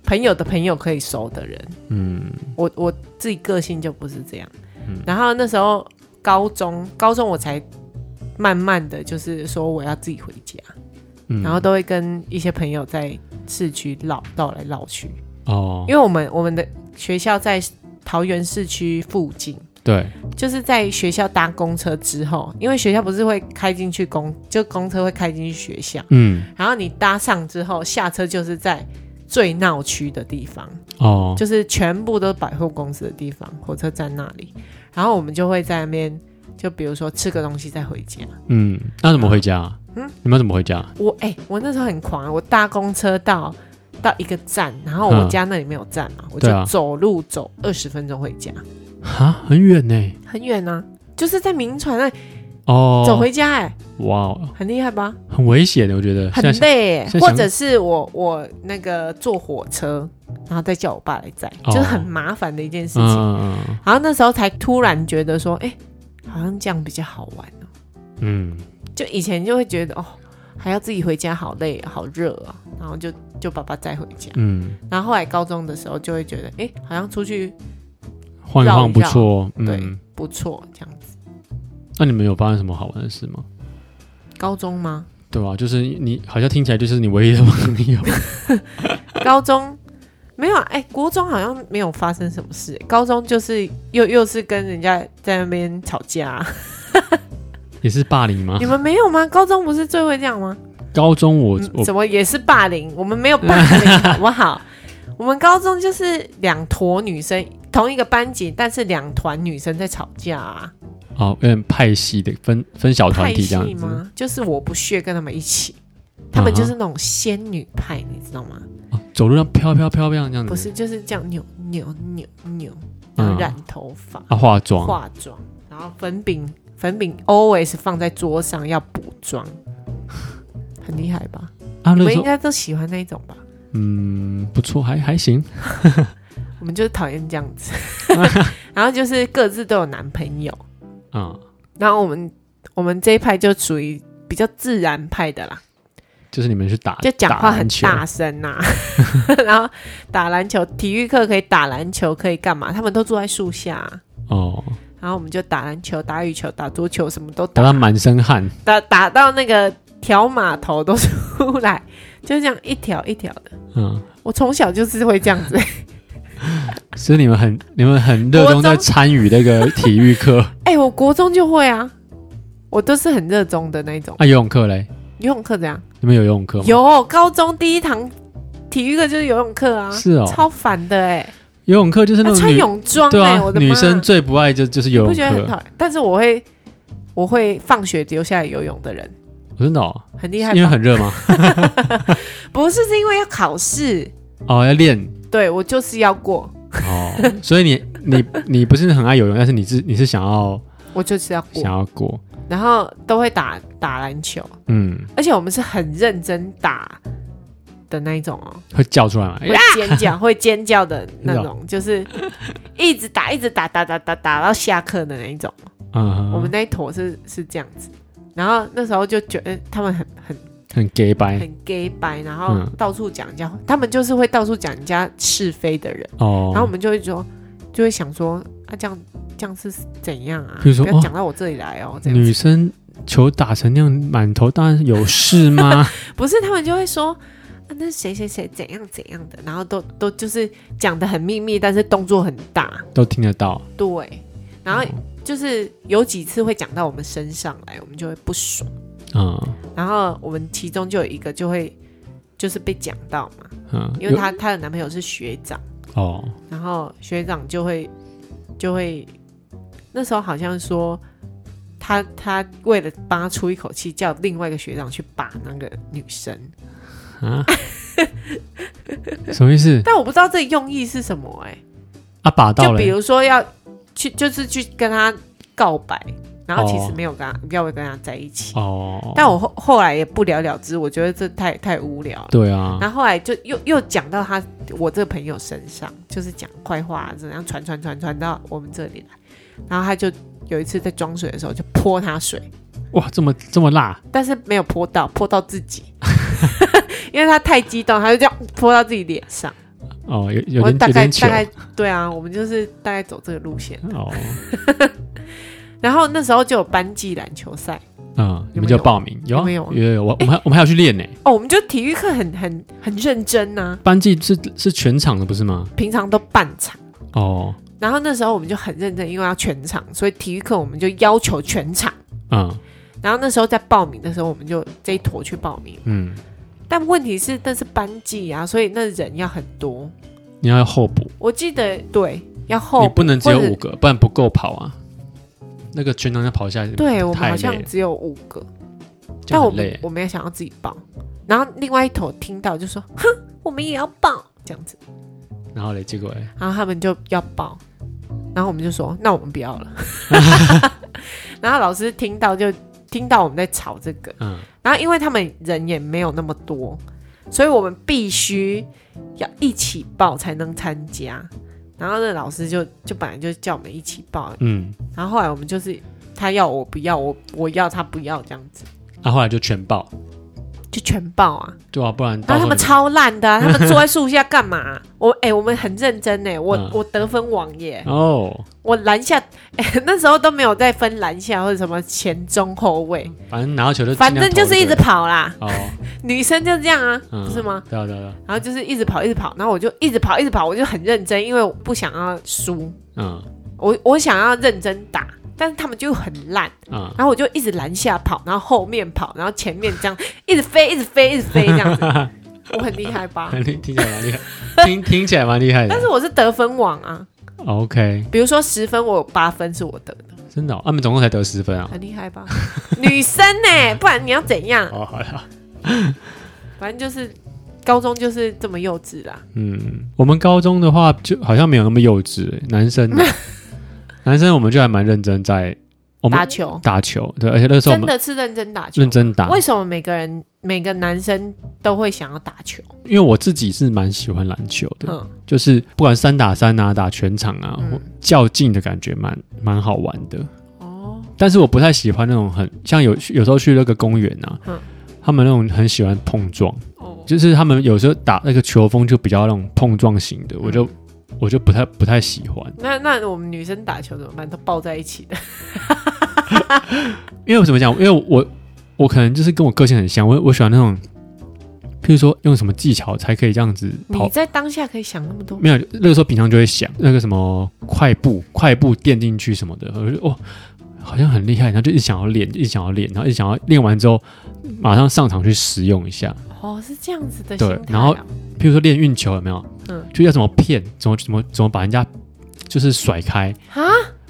Speaker 2: 朋友的朋友可以熟的人，
Speaker 1: 嗯
Speaker 2: 我我自己个性就不是这样。
Speaker 1: 嗯
Speaker 2: 然后那时候高中高中我才慢慢的就是说我要自己回家，
Speaker 1: 嗯，
Speaker 2: 然后都会跟一些朋友在市区绕绕来绕去，
Speaker 1: 哦
Speaker 2: 因为我们我们的学校在桃园市区附近。
Speaker 1: 对
Speaker 2: 就是在学校搭公车之后，因为学校不是会开进去公，就公车会开进去学校，
Speaker 1: 嗯
Speaker 2: 然后你搭上之后下车就是在最闹区的地方，
Speaker 1: 哦
Speaker 2: 就是全部都是百货公司的地方，火车站那里，然后我们就会在那边，就比如说吃个东西再回家。
Speaker 1: 嗯，那怎么回家？
Speaker 2: 嗯
Speaker 1: 你们怎么回家？
Speaker 2: 我哎、我那时候很狂，我搭公车到到一个站，然后我
Speaker 1: 嗯
Speaker 2: 家那里没有站嘛，我
Speaker 1: 对啊
Speaker 2: 就走路走二十分钟回家，
Speaker 1: 哈，很远呢
Speaker 2: 很远啊，就是在民传那里
Speaker 1: 哦，
Speaker 2: 走回家、哎，
Speaker 1: 哇哦，
Speaker 2: 很厉害吧？
Speaker 1: 很危险的，我觉得
Speaker 2: 很
Speaker 1: 现在
Speaker 2: 累
Speaker 1: 现在
Speaker 2: 欸，
Speaker 1: 想
Speaker 2: 或者是我我那个坐火车，然后再叫我爸来载，
Speaker 1: 哦
Speaker 2: 就是很麻烦的一件事情。
Speaker 1: 嗯嗯
Speaker 2: 然后那时候才突然觉得说，哎、好像这样比较好玩哦、
Speaker 1: 嗯
Speaker 2: 就以前就会觉得哦，还要自己回家好累、好热啊，然后就就爸爸载回家。
Speaker 1: 嗯，
Speaker 2: 然后后来高中的时候就会觉得，哎、好像出去
Speaker 1: 晃一
Speaker 2: 绕
Speaker 1: 晃
Speaker 2: 一
Speaker 1: 不
Speaker 2: 绕
Speaker 1: 错，嗯。
Speaker 2: 对不错，这样子。
Speaker 1: 那你们有发生什么好玩的事吗？
Speaker 2: 高中吗？
Speaker 1: 对吧、就是你好像听起来就是你唯一的朋友。
Speaker 2: 高中没有啊，哎、国中好像没有发生什么事、高中就是又又是跟人家在那边吵架啊、
Speaker 1: 也是霸凌吗
Speaker 2: 你？们没有吗？高中不是最会这样吗？
Speaker 1: 高中我
Speaker 2: 嗯
Speaker 1: 我
Speaker 2: 怎么也是霸凌？我们没有霸凌，好 不好？我们高中就是两坨女生同一个班级，但是两团女生在吵架、啊，
Speaker 1: 哦，有点派系的分分小团
Speaker 2: 派
Speaker 1: 体这
Speaker 2: 系
Speaker 1: 样子。
Speaker 2: 吗？就是我不屑跟他们一起，他们就
Speaker 1: 啊
Speaker 2: 是那种仙女派，你知道吗？
Speaker 1: 哦、走路上飘飘飘飘这样子。
Speaker 2: 不是，就是这样扭扭扭扭，然
Speaker 1: 嗯
Speaker 2: 后染头发、
Speaker 1: 啊，化妆
Speaker 2: 化妆，然后粉饼粉饼 always 放在桌上要补妆，很厉害吧？
Speaker 1: 啊，那个
Speaker 2: 你们
Speaker 1: 时
Speaker 2: 应
Speaker 1: 候
Speaker 2: 该都喜欢那一种吧？
Speaker 1: 嗯不错，还还行。
Speaker 2: 我们就是讨厌这样子， 然后就是各自都有男朋友，
Speaker 1: 啊、
Speaker 2: 然后我们我们这一派就属于比较自然派的啦，
Speaker 1: 就是你们去打
Speaker 2: 就讲话很
Speaker 1: 打篮
Speaker 2: 大声呐、 然后打篮球，体育课可以打篮球，可以干嘛？他们都坐在树下、啊
Speaker 1: 球哦，
Speaker 2: 然后我们就打篮球、打羽球、打桌球，什么都
Speaker 1: 打
Speaker 2: 打，
Speaker 1: 到满身汗。
Speaker 2: 打打到那个条码头都出来，就这样一条一条的。
Speaker 1: 嗯，
Speaker 2: 我从小就是会这样 子，
Speaker 1: 所以你们很你们很热衷在
Speaker 2: 国中
Speaker 1: 参与那个体育课
Speaker 2: 哎、我国中就会啊，我都是很热衷的那一种。
Speaker 1: 啊，游泳课嘞？
Speaker 2: 游泳课怎样？
Speaker 1: 你们有游泳课吗？
Speaker 2: 有高中第一堂体育课就是游泳课啊，
Speaker 1: 是哦
Speaker 2: 超烦的哎、欸，
Speaker 1: 游泳课就是那
Speaker 2: 他
Speaker 1: 种
Speaker 2: 穿
Speaker 1: 女
Speaker 2: 泳装
Speaker 1: 对
Speaker 2: 哎、
Speaker 1: 啊
Speaker 2: 我，的妈！
Speaker 1: 女生最不爱就就是游
Speaker 2: 不
Speaker 1: 泳
Speaker 2: 觉得很
Speaker 1: 课，
Speaker 2: 讨厌，但是我会我会放学留下来游泳的人，
Speaker 1: 真的、哦，
Speaker 2: 很厉害
Speaker 1: 因为
Speaker 2: 吧？
Speaker 1: 很热吗？
Speaker 2: 不是是因为要考试，
Speaker 1: 哦，要练
Speaker 2: 对我就是要过，
Speaker 1: 哦，所以你你你不是很爱游泳，但是你是你是想要
Speaker 2: 我就是要过
Speaker 1: 想，要过，
Speaker 2: 然后都会打打篮球，
Speaker 1: 嗯
Speaker 2: 而且我们是很认真打的那一种哦，
Speaker 1: 会叫出来哎嘛？
Speaker 2: 会尖 叫，会尖叫的那种，就是一直打，一直打，打打打打到下课的那一种。
Speaker 1: 嗯，
Speaker 2: 我们那一坨是是这样子，然后那时候就觉得他们很很
Speaker 1: 很 gay 白
Speaker 2: 很 gay 白，然后
Speaker 1: 嗯
Speaker 2: 到处讲人家，他们就是会到处讲人家是非的人，
Speaker 1: 哦。
Speaker 2: 然后我们就会说，就会想说啊，这样这样是怎样啊？
Speaker 1: 比如说
Speaker 2: 不要
Speaker 1: 哦
Speaker 2: 讲到我这里来哦，这样
Speaker 1: 女
Speaker 2: 子
Speaker 1: 生球打成那样，满头大汗，有事吗？
Speaker 2: 不是他们就会说。啊、那谁谁谁怎样怎样的，然后都都就是讲的很秘密，但是动作很大，
Speaker 1: 都听得到。
Speaker 2: 对，然后就是有几次会讲到我们身上来，我们就会不爽。
Speaker 1: 嗯
Speaker 2: 然后我们其中就有一个就会就是被讲到嘛，
Speaker 1: 嗯，
Speaker 2: 因为她她的男朋友是学长，
Speaker 1: 有哦，
Speaker 2: 然后学长就会就会那时候好像说。他他为了帮他出一口气，叫另外一个学长去把那个女生，
Speaker 1: 啊， 什么意思？
Speaker 2: 但我不知道这个用意是什么哎、
Speaker 1: 啊，把到
Speaker 2: 就
Speaker 1: 了
Speaker 2: 比，如说要去，就是去跟他告白，然后其实
Speaker 1: 哦
Speaker 2: 没有跟他，要跟他在一起。
Speaker 1: 哦，
Speaker 2: 但我后后来也不了了之，我觉得这太太无聊了。
Speaker 1: 对啊，
Speaker 2: 然后后来就又又讲到他我这个朋友身上，就是讲坏话，怎样传传传传到我们这里来。然后他就有一次在装水的时候就泼他水，
Speaker 1: 哇，这么这么辣，
Speaker 2: 但是没有泼到，泼到自己， 因为他太激动，他就这样泼到自己脸上。
Speaker 1: 哦，有有
Speaker 2: 我
Speaker 1: 点
Speaker 2: 大
Speaker 1: 有
Speaker 2: 概
Speaker 1: 点糗
Speaker 2: 大，概对啊，我们就是大概走这个路线。
Speaker 1: 哦，
Speaker 2: 然后那时候就有班级篮球赛
Speaker 1: 嗯，你
Speaker 2: 有没
Speaker 1: 们就
Speaker 2: 有
Speaker 1: 报名，有
Speaker 2: 有
Speaker 1: 啊
Speaker 2: 没有
Speaker 1: 有
Speaker 2: 啊
Speaker 1: 有有，我我们还我们还要去练呢。
Speaker 2: 哦，我们就体育课很很很认真呐、
Speaker 1: 班级是是全场的不是吗？
Speaker 2: 平常都半场。
Speaker 1: 哦，
Speaker 2: 然后那时候我们就很认真，因为要全场，所以体育课我们就要求全场。
Speaker 1: 嗯
Speaker 2: 然后那时候在报名的时候，我们就这一坨去报名。
Speaker 1: 嗯，
Speaker 2: 但问题是那是班级啊，所以那人要很多。
Speaker 1: 你要候补，
Speaker 2: 我记得对，要
Speaker 1: 你
Speaker 2: 后
Speaker 1: 不能只有
Speaker 2: 或者
Speaker 1: 五个，不然不够跑啊。那个全场要跑下来，
Speaker 2: 对我们
Speaker 1: 太
Speaker 2: 好
Speaker 1: 累
Speaker 2: 像
Speaker 1: 了
Speaker 2: 只有五个，
Speaker 1: 这
Speaker 2: 但
Speaker 1: 样
Speaker 2: 我
Speaker 1: 很
Speaker 2: 们
Speaker 1: 累。
Speaker 2: 我没有想要自己报。然后另外一头听到就说：“哼，我们也要报这样子。
Speaker 1: 然后嘞，结果嘞，”
Speaker 2: 然后他们就要报，然后我们就说：“那我们不 要了。”然后老师听到就听到我们在吵这个，
Speaker 1: 嗯，
Speaker 2: 然后因为他们人也没有那么多，所以我们必须要一起报才能参加。然后那老师就就本来就叫我们一起报，
Speaker 1: 嗯，
Speaker 2: 然后后来我们就是他要我不要我我要他不要这样子，
Speaker 1: 啊，后来就全报，
Speaker 2: 就全报啊。
Speaker 1: 对啊，不然
Speaker 2: 然
Speaker 1: 到
Speaker 2: 后
Speaker 1: 时
Speaker 2: 他
Speaker 1: 候
Speaker 2: 们
Speaker 1: 你
Speaker 2: 超烂的啊、他们坐在树下干嘛、我哎、我们很认真哎、我、
Speaker 1: 嗯
Speaker 2: 我得分王耶，
Speaker 1: 哦，
Speaker 2: 我篮下 哎、那时候都没有在分篮下或者什么前中后卫，
Speaker 1: 反正拿到球嗯就
Speaker 2: 反
Speaker 1: 尽量
Speaker 2: 正就是
Speaker 1: 投
Speaker 2: 一直
Speaker 1: 对
Speaker 2: 跑啦，
Speaker 1: 哦，
Speaker 2: 女生就这样啊，
Speaker 1: 嗯，
Speaker 2: 不是吗？？
Speaker 1: 对啊，对啊对啊，
Speaker 2: 然后就是一直跑，一直跑，然后我就一直跑，一直跑，我就很认真，因为我不想要输，
Speaker 1: 嗯
Speaker 2: 我我想要认真打，但是他们就很烂，
Speaker 1: 嗯，
Speaker 2: 然后我就一直篮下跑，然后后面跑，然后前面这样一直飞，一直飞，一直飞这 样子，我很厉害吧？
Speaker 1: 嗯听听起来蛮厉害，听 听起来蛮厉害
Speaker 2: 但
Speaker 1: 的。
Speaker 2: 是我是得分王啊，
Speaker 1: OK，
Speaker 2: 比如说十分，我有八分是我得的，
Speaker 1: 真的哦，他们总共才得十分 啊。
Speaker 2: 很厉害吧？女生呢、不然你要怎样？
Speaker 1: 哦，好了，
Speaker 2: 反正就是高中就是这么幼稚啦，
Speaker 1: 嗯，我们高中的话就好像没有那么幼稚，欸男生 啊男生我们就还蛮认真在我们
Speaker 2: 打球
Speaker 1: 打球，对，而且那时候我
Speaker 2: 真
Speaker 1: 们
Speaker 2: 的是认真打球
Speaker 1: 认。真打，
Speaker 2: 为什么每个人每个男生都会想要打球？
Speaker 1: 因为我自己是蛮喜欢篮球的，
Speaker 2: 嗯。
Speaker 1: 就是不管三打三啊，打全场啊，
Speaker 2: 嗯
Speaker 1: 或较劲的感觉蛮蛮好玩的。
Speaker 2: 哦，
Speaker 1: 但是我不太喜欢那种很像有有时候去那个公园啊，
Speaker 2: 嗯
Speaker 1: 他们那种很喜欢碰撞，
Speaker 2: 哦，
Speaker 1: 就是他们有时候打那个球风就比较那种碰撞型
Speaker 2: 嗯
Speaker 1: 的，我就我就不太不太喜欢。
Speaker 2: 那那我们女生打球怎么办？都抱在一起的，
Speaker 1: 因为我怎么讲？因为我我可能就是跟我个性很像，我我喜欢那种，譬如说用什么技巧才可以这样子
Speaker 2: 你
Speaker 1: 跑。
Speaker 2: 在当下可以想那么多，
Speaker 1: 没有，那个时候平常就会想那个什么快步、快步垫进去什么的，我就哦，好像很厉害，然后就一直想要练，一直想要练，然后一直想要练完之后，马上上场去使用一下。
Speaker 2: 哦，是这样子的心
Speaker 1: 对
Speaker 2: 态啊、
Speaker 1: 然后譬如说练运球有没有？
Speaker 2: 嗯
Speaker 1: 就要怎么骗，怎么怎么怎么把人家就是甩开，
Speaker 2: 啊，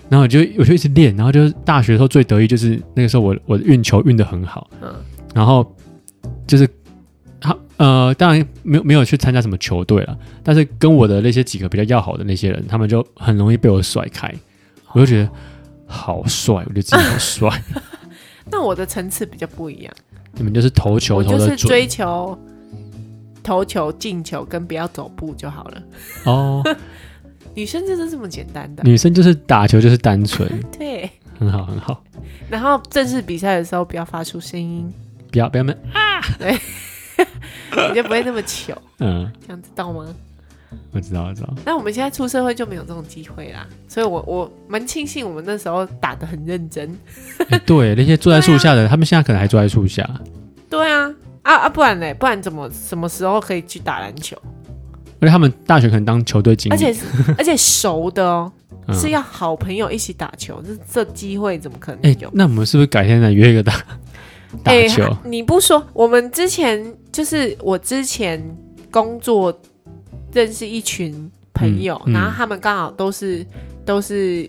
Speaker 1: 然后我就我就一直练，然后就是大学的时候最得意就是那个时候我我运球运的很好，
Speaker 2: 嗯
Speaker 1: 然后就是他呃，当然没有没有去参加什么球队了，但是跟我的那些几个比较要好的那些人，他们就很容易被我甩开，我就觉得好帅，我觉得自己好 帅，
Speaker 2: 那我的层次比较不一样，
Speaker 1: 你们就是投球
Speaker 2: 我
Speaker 1: 投
Speaker 2: 就
Speaker 1: 的
Speaker 2: 是
Speaker 1: 准，
Speaker 2: 追求投球、进球跟不要走步就好了。
Speaker 1: 哦，
Speaker 2: 女生就是这么简单的，
Speaker 1: 女生就是打球就是单纯，
Speaker 2: 对。
Speaker 1: 很好很好，
Speaker 2: 然后正式比赛的时候不要发出声音，
Speaker 1: 不要不要闷，
Speaker 2: 你就不会那么糗，
Speaker 1: 嗯，
Speaker 2: 这样知道吗？
Speaker 1: 我知道我知道，
Speaker 2: 那我们现在出社会就没有这种机会啦，所以我我蛮庆幸我们那时候打得很认真。
Speaker 1: 哎对，那些坐在树下的，他们现在可能还坐在树下，
Speaker 2: 对啊，啊啊，不然嘞，不然怎么什么时候可以去打篮球？
Speaker 1: 而且他们大学可能当球队经理，
Speaker 2: 而且是而且熟的哦，
Speaker 1: 嗯
Speaker 2: 是要好朋友一起打球，这这机会怎么可
Speaker 1: 哎
Speaker 2: 能有？，
Speaker 1: 那我们是不是改天来约一个打 打
Speaker 2: 哎
Speaker 1: 球？
Speaker 2: 你不说，我们之前就是我之前工作认识一群朋友，
Speaker 1: 嗯嗯
Speaker 2: 然后他们刚好都是都是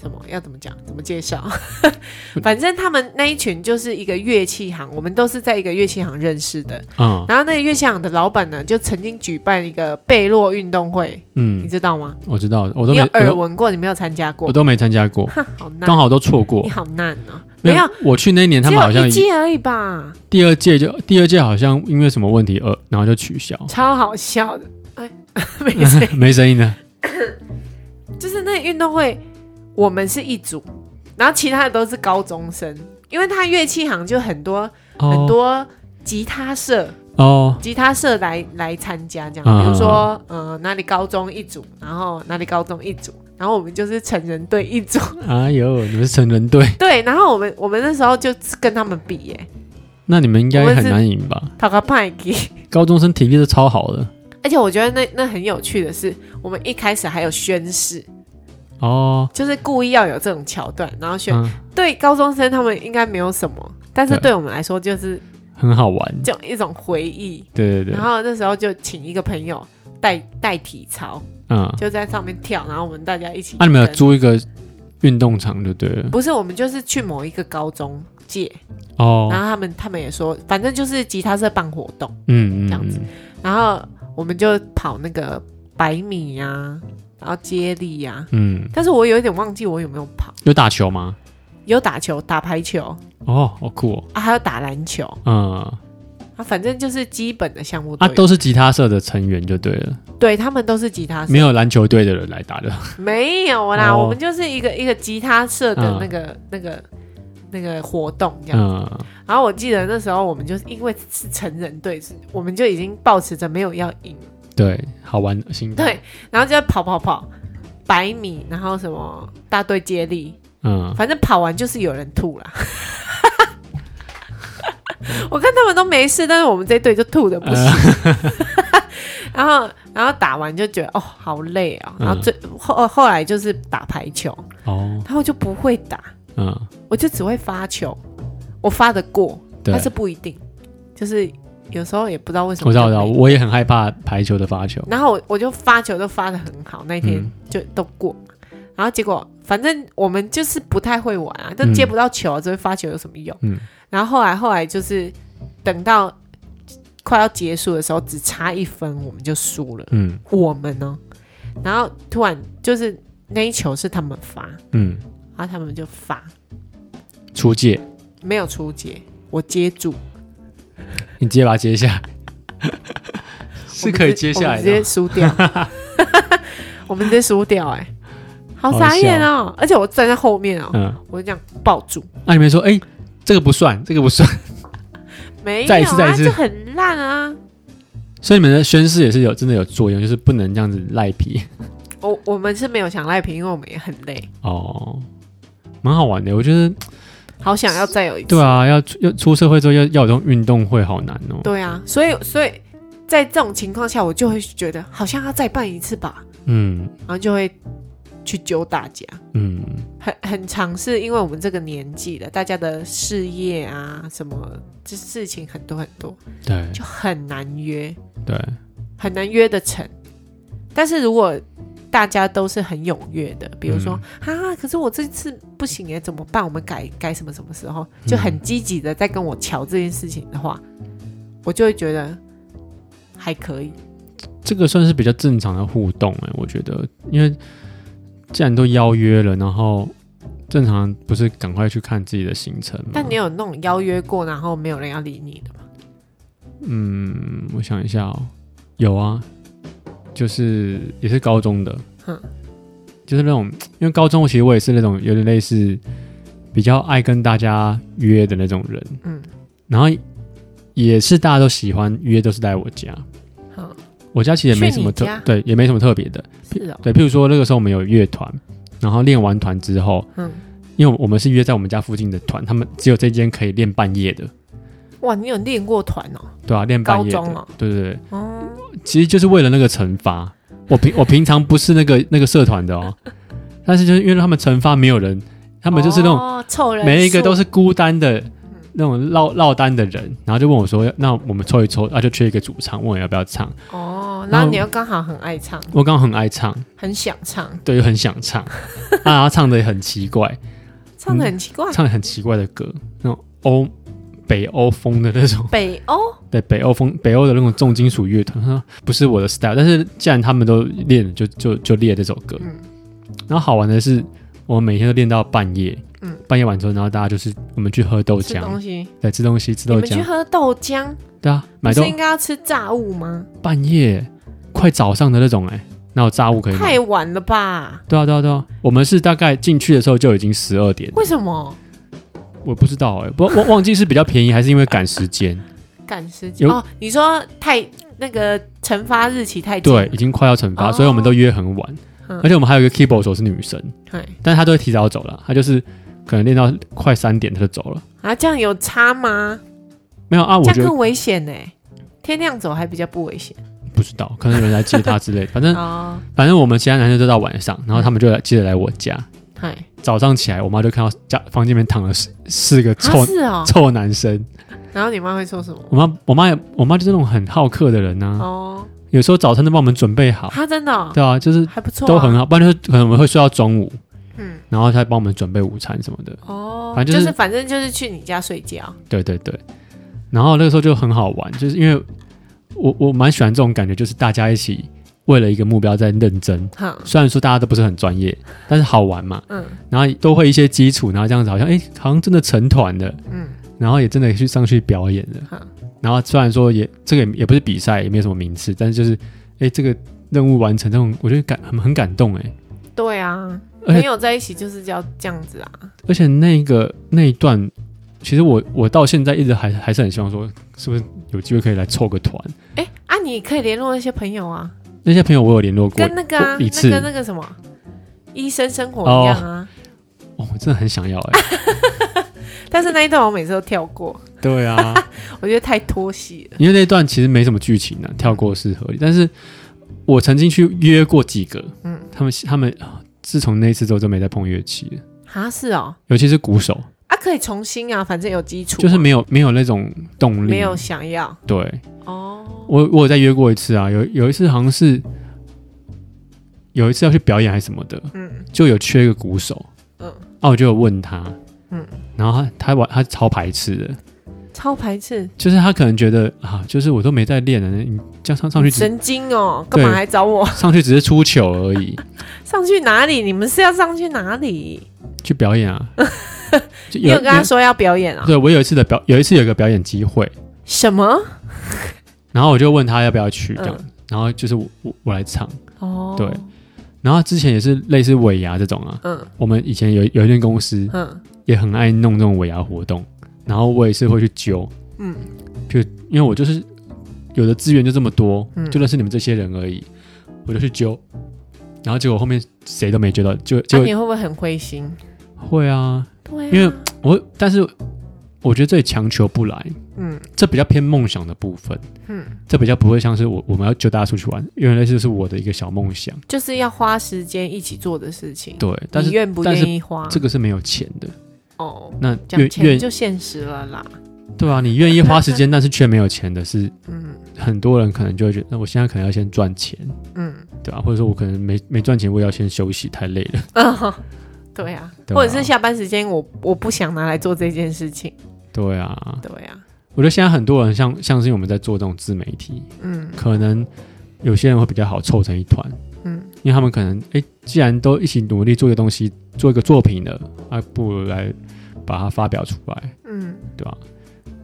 Speaker 2: 什么要怎么讲怎么介绍， 反正他们那一群就是一个乐器行，我们都是在一个乐器行认识的。
Speaker 1: 嗯
Speaker 2: 然后那个乐器行的老板呢，就曾经举办一个贝洛运动会，你
Speaker 1: 嗯，
Speaker 2: 知道吗？
Speaker 1: 我知道，我都没
Speaker 2: 你有
Speaker 1: 我
Speaker 2: 耳
Speaker 1: 都
Speaker 2: 闻过，你没有参加
Speaker 1: 我
Speaker 2: 过，
Speaker 1: 都没参加过，
Speaker 2: 哼，好
Speaker 1: 刚
Speaker 2: 难，
Speaker 1: 好都错过
Speaker 2: 你。好难哦，
Speaker 1: 没
Speaker 2: 没
Speaker 1: 有
Speaker 2: 有，
Speaker 1: 我去那一年他
Speaker 2: 只
Speaker 1: 们好
Speaker 2: 有
Speaker 1: 像
Speaker 2: 一届而已吧。
Speaker 1: 第二届就第二届好像因为什么问题呃，然后就取消，
Speaker 2: 超好笑的。哎，没事，
Speaker 1: 没声音了。
Speaker 2: 就是那运动会，我们是一组，然后其他的都是高中生，因为他乐器行就很多、
Speaker 1: 哦
Speaker 2: 很多吉他社，
Speaker 1: 哦，
Speaker 2: 吉他社来来参加这
Speaker 1: 嗯
Speaker 2: 样，比如说呃哪里高中一组，然后哪里高中一组，然后我们就是成人队一组，
Speaker 1: 哎呦，你们是成人队，
Speaker 2: 对，然后我们我们那时候就是跟他们比耶，
Speaker 1: 那你们应该
Speaker 2: 我们是
Speaker 1: 很难赢吧？
Speaker 2: 讨个派给。
Speaker 1: 高中生体力都超好的
Speaker 2: 而且我觉得那那很有趣的是，我们一开始还有宣誓，
Speaker 1: 哦。
Speaker 2: 就是故意要有这种桥段，然后宣
Speaker 1: 嗯，
Speaker 2: 对高中生他们应该没有什么，但是
Speaker 1: 对啊
Speaker 2: 对我们来说就是
Speaker 1: 很好玩。
Speaker 2: 这种一种回忆。
Speaker 1: 对对对
Speaker 2: 然，后那时候就请一个朋友带带体操，
Speaker 1: 嗯，
Speaker 2: 就在上面跳，然后我们大家一起。
Speaker 1: 啊那你们有？租一个运动场就对了。
Speaker 2: 不是，我们就是去某一个高中借，然
Speaker 1: 哦，
Speaker 2: 后他们他们也说，反正就是吉他社办活动，
Speaker 1: 嗯
Speaker 2: 这
Speaker 1: 嗯
Speaker 2: 样子
Speaker 1: 嗯，
Speaker 2: 然后我们就跑那个百米呀、然后接力呀、
Speaker 1: 嗯，
Speaker 2: 但是我有一点忘记我有没有跑，
Speaker 1: 有打球吗？
Speaker 2: 有打球、打排球
Speaker 1: 哦，好酷哦。
Speaker 2: 啊，还有打篮球
Speaker 1: 嗯，
Speaker 2: 啊，反正就是基本的项目
Speaker 1: 啊，
Speaker 2: 有
Speaker 1: 都是吉他社的成员就对了，
Speaker 2: 对他们都啊是吉他社，
Speaker 1: 没有篮球队的人来 打的。
Speaker 2: 没有啦，
Speaker 1: 哦
Speaker 2: 我们就是一个一个吉他社的
Speaker 1: 嗯
Speaker 2: 那个、那个那个活动这样。
Speaker 1: 嗯，
Speaker 2: 然后我记得那时候我们就是因为是成人队，是我们就已经抱持着没有要赢，
Speaker 1: 对，好玩的心态。
Speaker 2: 对，然后就在跑跑跑百米，然后什么大队接力，
Speaker 1: 嗯，
Speaker 2: 反正跑完就是有人吐啦。 我看他们都没事，但是我们这一队就吐的不行。
Speaker 1: 呃
Speaker 2: 然后，然后打完就觉得哦，好累哦。
Speaker 1: 嗯
Speaker 2: 然后最、后后来就是打排球，
Speaker 1: 哦，
Speaker 2: 然后我就不会打，
Speaker 1: 嗯，
Speaker 2: 我就只会发球，我发得过，
Speaker 1: 对
Speaker 2: 但，是不一定，就是有时候也不知道为什么
Speaker 1: 我知道，
Speaker 2: 就没。
Speaker 1: 我知道，我也很害怕排球的发球。
Speaker 2: 然后我我就发球都发得很好，那一天
Speaker 1: 嗯
Speaker 2: 就都过。然后结果反正我们就是不太会玩啊，都
Speaker 1: 嗯
Speaker 2: 接不到球、啊，只会发球有什么用？
Speaker 1: 嗯
Speaker 2: 然后后来后来就是等到快要结束的时候，只差一分我们就输了，
Speaker 1: 嗯
Speaker 2: 我们呢、然后突然就是那一球是他们发，
Speaker 1: 嗯，
Speaker 2: 然后他们就发，
Speaker 1: 出界，
Speaker 2: 没有出界，我接住，
Speaker 1: 你直接把它接下来，是可以接下
Speaker 2: 我
Speaker 1: 来
Speaker 2: 们直接
Speaker 1: 的。
Speaker 2: 输掉， 我们直接输掉、哎，好傻眼哦！而且我站在后面哦，
Speaker 1: 嗯，
Speaker 2: 我就这样抱住，
Speaker 1: 那你们说，哎，这个不算，这个不算，
Speaker 2: 没有、啊，
Speaker 1: 再一次再一次
Speaker 2: 就很烂啊！
Speaker 1: 所以你们的宣誓也是有真的有作用，就是不能这样子赖皮
Speaker 2: 我我们是没有想赖平，因为我们也很累，
Speaker 1: 哦，蛮好玩的。我觉得，
Speaker 2: 好想要再有一次，
Speaker 1: 对啊，要出要出社会之后要要有这种运动会，好难哦。
Speaker 2: 对啊，所以所以在这种情况下，我就会觉得好像要再办一次吧，
Speaker 1: 嗯
Speaker 2: 然后就会去揪大家。
Speaker 1: 嗯，
Speaker 2: 很很尝试，因为我们这个年纪了，大家的事业啊，什么这事情很多很多，
Speaker 1: 对
Speaker 2: 就很难约，
Speaker 1: 对，
Speaker 2: 很难约得成。但是如果大家都是很踊跃的，比如说、
Speaker 1: 嗯
Speaker 2: 啊，可是我这次不行哎，怎么办？我们改改什么什么时候？
Speaker 1: 嗯
Speaker 2: 就很积极的在跟我瞧这件事情的话，我就会觉得还可以。
Speaker 1: 嗯这个算是比较正常的互动哎、我觉得，因为既然都邀约了，然后正常不是赶快去看自己的行程吗？
Speaker 2: 但你有那种邀约过，然后没有人要理你的吗？
Speaker 1: 嗯，我想一下哦，有啊，就是也是高中的，
Speaker 2: 嗯
Speaker 1: 就是那种，因为高中其实我也是那种有点类似比较爱跟大家约的那种人，
Speaker 2: 嗯，
Speaker 1: 然后也是大家都喜欢约，都是来我家，
Speaker 2: 好，
Speaker 1: 我家其实也没什么
Speaker 2: 去
Speaker 1: 特
Speaker 2: 你家，
Speaker 1: 对，也没什么特别的，
Speaker 2: 是哦，
Speaker 1: 对，譬如说那个时候我们有乐团，然后练完团之后，
Speaker 2: 嗯，
Speaker 1: 因为我们是约在我们家附近的团，他们只有这间可以练半夜的，
Speaker 2: 哇，你有练过团哦，
Speaker 1: 对啊，练半夜的，
Speaker 2: 高中哦
Speaker 1: 对对对，
Speaker 2: 哦，
Speaker 1: 其实就是为了那个惩罚。我平我平常不是那个那个社团的哦，但是就是因为他们惩罚没有人，他们就是那种
Speaker 2: 哦凑人数，
Speaker 1: 每一个都是孤单的那种落落单的人，然后就问我说，那我们抽一抽，啊就缺一个主唱，问我要不要唱，
Speaker 2: 哦，
Speaker 1: 然
Speaker 2: 然
Speaker 1: 后
Speaker 2: 后你又刚好很爱唱，
Speaker 1: 我刚好很爱唱，
Speaker 2: 很想唱，
Speaker 1: 对，又很想唱， 啊然后唱的也很奇怪，
Speaker 2: 唱的很奇怪，
Speaker 1: 唱很奇怪的歌，那种欧北欧风的那种，
Speaker 2: 北欧
Speaker 1: 对北欧风北欧的那种重金属乐团，呵不是我的 style。但是既然他们都练了，就就就练这首歌。
Speaker 2: 嗯
Speaker 1: 然后好玩的是，我们每天都练到半夜，
Speaker 2: 嗯
Speaker 1: 半夜完之后，然后大家就是我们去喝豆
Speaker 2: 吃
Speaker 1: 浆
Speaker 2: 东，西，
Speaker 1: 对，吃东西吃
Speaker 2: 你
Speaker 1: 豆
Speaker 2: 们去
Speaker 1: 浆，
Speaker 2: 喝豆浆，
Speaker 1: 对啊，
Speaker 2: 不
Speaker 1: 买豆
Speaker 2: 是应该要吃炸物吗？
Speaker 1: 半夜快早上的那种、欸，哎，那有炸物可以买
Speaker 2: 太？晚了吧？
Speaker 1: 对啊，对啊，对啊，我们是大概进去的时候就已经十二点了，
Speaker 2: 为什么
Speaker 1: 我不知道哎、不忘忘记是比较便宜还是因为赶时间。
Speaker 2: 赶时间？
Speaker 1: 有
Speaker 2: 哦，你说太那个惩罚日期太近
Speaker 1: 对，已，经快要惩罚，
Speaker 2: 哦
Speaker 1: 所以我们都约很晚。
Speaker 2: 嗯
Speaker 1: 而且我们还有一个 keyboard 手是女生，
Speaker 2: 对，
Speaker 1: 但是她都会提早走了，她就是可能练到快三点她就走了。
Speaker 2: 啊，这样有差吗？
Speaker 1: 没有啊，我
Speaker 2: 这样
Speaker 1: 觉得
Speaker 2: 更危险呢。天亮走还比较不危险
Speaker 1: 不知道，可能有人来接她之类的。 反正
Speaker 2: 哦，
Speaker 1: 反正我们其他男生都到晚上，然后他们就来接着来我家。
Speaker 2: 嗨，
Speaker 1: 早上起来，我妈就看到家房间里面躺了四四个臭
Speaker 2: 啊是哦，
Speaker 1: 臭男生。
Speaker 2: 然后你妈会说什么？
Speaker 1: 我妈我妈也我妈就是那种很好客的人呐、
Speaker 2: 哦，
Speaker 1: 有时候早餐都帮我们准备好，
Speaker 2: 她真的哦
Speaker 1: 对啊，就是
Speaker 2: 还不错啊，
Speaker 1: 都很好，不然就是可能我们会睡到中午，
Speaker 2: 嗯
Speaker 1: 然后她帮我们准备午餐什么的。
Speaker 2: 哦，
Speaker 1: 反正就
Speaker 2: 就是是反正就是去你家睡觉，
Speaker 1: 对对对，然后那个时候就很好玩，就是因为我我蛮喜欢这种感觉，就是大家一起为了一个目标在认真。
Speaker 2: 哼，
Speaker 1: 虽然说大家都不是很专业，但是好玩嘛，
Speaker 2: 嗯
Speaker 1: 然后都会一些基础，然后这样子好像哎，好像真的成团了，
Speaker 2: 嗯，
Speaker 1: 然后也真的去上去表演了
Speaker 2: 好。
Speaker 1: 然后虽然说也这个也也不是比赛，也没有什么名次，但是就是哎，这个任务完成这种，我觉得感很很感动哎。
Speaker 2: 对啊，
Speaker 1: 而且
Speaker 2: 朋友在一起就是要这样子啊，
Speaker 1: 而且那个那一段，其实我我到现在一直还还是很希望说，是不是有机会可以来凑个团。
Speaker 2: 哎啊，你可以联络那些朋友啊，
Speaker 1: 那些朋友我有联络过
Speaker 2: 跟那个啊
Speaker 1: 我一次
Speaker 2: 那个那个什么医生生活一样啊，
Speaker 1: 哦，我真的很想要 哎、
Speaker 2: 但是那一段我每次都跳过，
Speaker 1: 对啊，
Speaker 2: 我觉得太拖戏了，
Speaker 1: 因为那段其实没什么剧情啊，跳过是合理。但是我曾经去约过几个，嗯
Speaker 2: 嗯，
Speaker 1: 他们他们啊自从那次之后就没再碰乐器了，
Speaker 2: 啊是哦，
Speaker 1: 尤其是鼓手，
Speaker 2: 啊可以重新啊，反正有基础啊，
Speaker 1: 就是没有没有那种动力。啊
Speaker 2: 没有想要
Speaker 1: 对
Speaker 2: 哦，
Speaker 1: 我我有再约过一次啊，有有一次好像是有一次要去表演还是什么的，
Speaker 2: 嗯
Speaker 1: 就有缺一个鼓手，嗯
Speaker 2: 嗯，
Speaker 1: 啊我就有问他，嗯
Speaker 2: 嗯，
Speaker 1: 然后他他玩他超排斥的。
Speaker 2: 超排斥，
Speaker 1: 就是他可能觉得啊，就是我都没在练了，你这样上上去只
Speaker 2: 神经哦，干嘛
Speaker 1: 对
Speaker 2: 来找我？
Speaker 1: 上去只是出糗而 已，
Speaker 2: 上去哪里？你们是要上去哪里？
Speaker 1: 去表演 啊。就
Speaker 2: 你有跟他说要表演啊？
Speaker 1: 对我有一次的表，有一次有一个表演机会，
Speaker 2: 什么？
Speaker 1: 然后我就问他要不要去这样，
Speaker 2: 嗯
Speaker 1: 然后就是我我我来唱，
Speaker 2: 哦，
Speaker 1: 对然后之前也是类似尾牙这种啊，
Speaker 2: 嗯
Speaker 1: 我们以前有有一间公司
Speaker 2: 嗯
Speaker 1: 也很爱弄这种尾牙活动，然后我也是会去揪，
Speaker 2: 嗯，
Speaker 1: 就因为我就是有的资源就这么多，
Speaker 2: 嗯
Speaker 1: 就认识你们这些人而已，我就去揪，然后结果后面谁都没揪到，就
Speaker 2: 那、
Speaker 1: 就
Speaker 2: 啊你会不会很灰心？
Speaker 1: 会啊，
Speaker 2: 对、啊，
Speaker 1: 因为我但是我觉得这也强求不来，
Speaker 2: 嗯
Speaker 1: 这比较偏梦想的部分，
Speaker 2: 嗯，
Speaker 1: 这比较不会像是我我们要揪大家出去玩，因为那就是我的一个小梦想，
Speaker 2: 就是要花时间一起做的事情，
Speaker 1: 对，但
Speaker 2: 你
Speaker 1: 是
Speaker 2: 愿不
Speaker 1: 但是
Speaker 2: 愿意花？
Speaker 1: 这个是没有钱的，
Speaker 2: 哦，
Speaker 1: 那
Speaker 2: 讲
Speaker 1: 愿
Speaker 2: 钱
Speaker 1: 愿
Speaker 2: 就现实了啦。
Speaker 1: 对啊，你愿意花时间，但是却没有钱的是
Speaker 2: 嗯
Speaker 1: 很多人可能就会觉得，那我现在可能要先赚钱，
Speaker 2: 嗯
Speaker 1: 对吧、或者说我可能没没赚钱，我也要先休息，太累了，
Speaker 2: 嗯，对啊，
Speaker 1: 对啊
Speaker 2: 或者是下班时间我我不想拿来做这件事情，
Speaker 1: 对啊，
Speaker 2: 对啊，
Speaker 1: 我觉得现在很多人像像是我们在做这种自媒体，
Speaker 2: 嗯
Speaker 1: 可能有些人会比较好凑成一团，
Speaker 2: 嗯，
Speaker 1: 因为他们可能哎，既然都一起努力做一个东西，做一个作品了，啊，不如来把它发表出来，
Speaker 2: 嗯，
Speaker 1: 对吧？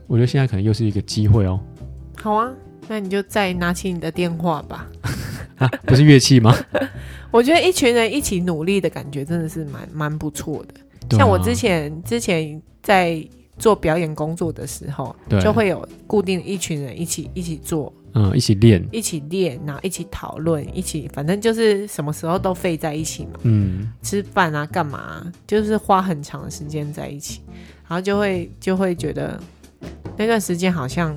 Speaker 1: 我觉得现在可能又是一个机会哦，
Speaker 2: 好啊，那你就再拿起你的电话吧。
Speaker 1: 啊，不是乐器 吗？
Speaker 2: 我觉得一群人一起努力的感觉真的是蛮蛮不错的。
Speaker 1: 对啊
Speaker 2: 像我之前之前在做表演工作的时候，
Speaker 1: 对
Speaker 2: 就会有固定一群人一起一起做，
Speaker 1: 嗯一起练，
Speaker 2: 一起练，然后一起讨论，一起反正就是什么时候都废在一起嘛，
Speaker 1: 嗯
Speaker 2: 吃饭啊，干嘛啊、就是花很长的时间在一起，然后就会就会觉得那段时间好像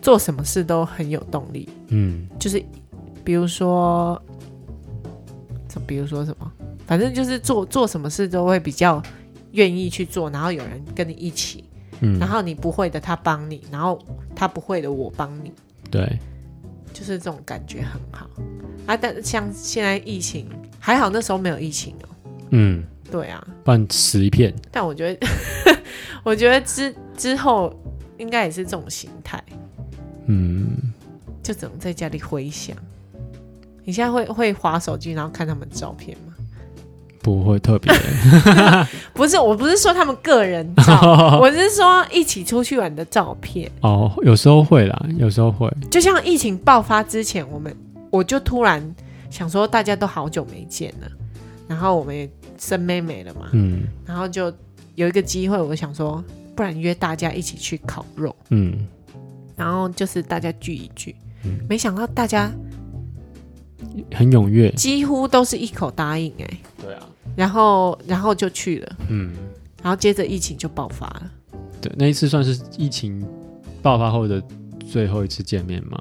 Speaker 2: 做什么事都很有动力，
Speaker 1: 嗯，
Speaker 2: 就是比如说，怎比如说什么，反正就是做做什么事都会比较愿意去做，然后有人跟你一起，
Speaker 1: 嗯
Speaker 2: 然后你不会的他帮你，然后他不会的我帮你，
Speaker 1: 对，
Speaker 2: 就是这种感觉很好啊。但像现在疫情，还好那时候没有疫情哦、
Speaker 1: 嗯，
Speaker 2: 对啊，
Speaker 1: 不然死一片，
Speaker 2: 但我觉得，我觉得之之后应该也是这种形态，
Speaker 1: 嗯，
Speaker 2: 就只能在家里回想。你现在会会划手机，然后看他们照片吗？
Speaker 1: 不会特 别，
Speaker 2: 不是，我不是说他们个人 照，我是说一起出去玩的照片。
Speaker 1: 哦，有时候会啦，有时候会，
Speaker 2: 就像疫情爆发之前，我们我就突然想说，大家都好久没见了，然后我们也生妹妹了嘛，
Speaker 1: 嗯
Speaker 2: 然后就有一个机会，我想说，不然约大家一起去烤肉，
Speaker 1: 嗯，
Speaker 2: 然后就是大家聚一聚
Speaker 1: 嗯。
Speaker 2: 没想到大家
Speaker 1: 很踊跃，
Speaker 2: 几乎都是一口答应哎、
Speaker 1: 对啊，
Speaker 2: 然后然后就去了，
Speaker 1: 嗯，
Speaker 2: 然后接着疫情就爆发了。
Speaker 1: 对，那一次算是疫情爆发后的最后一次见面嘛？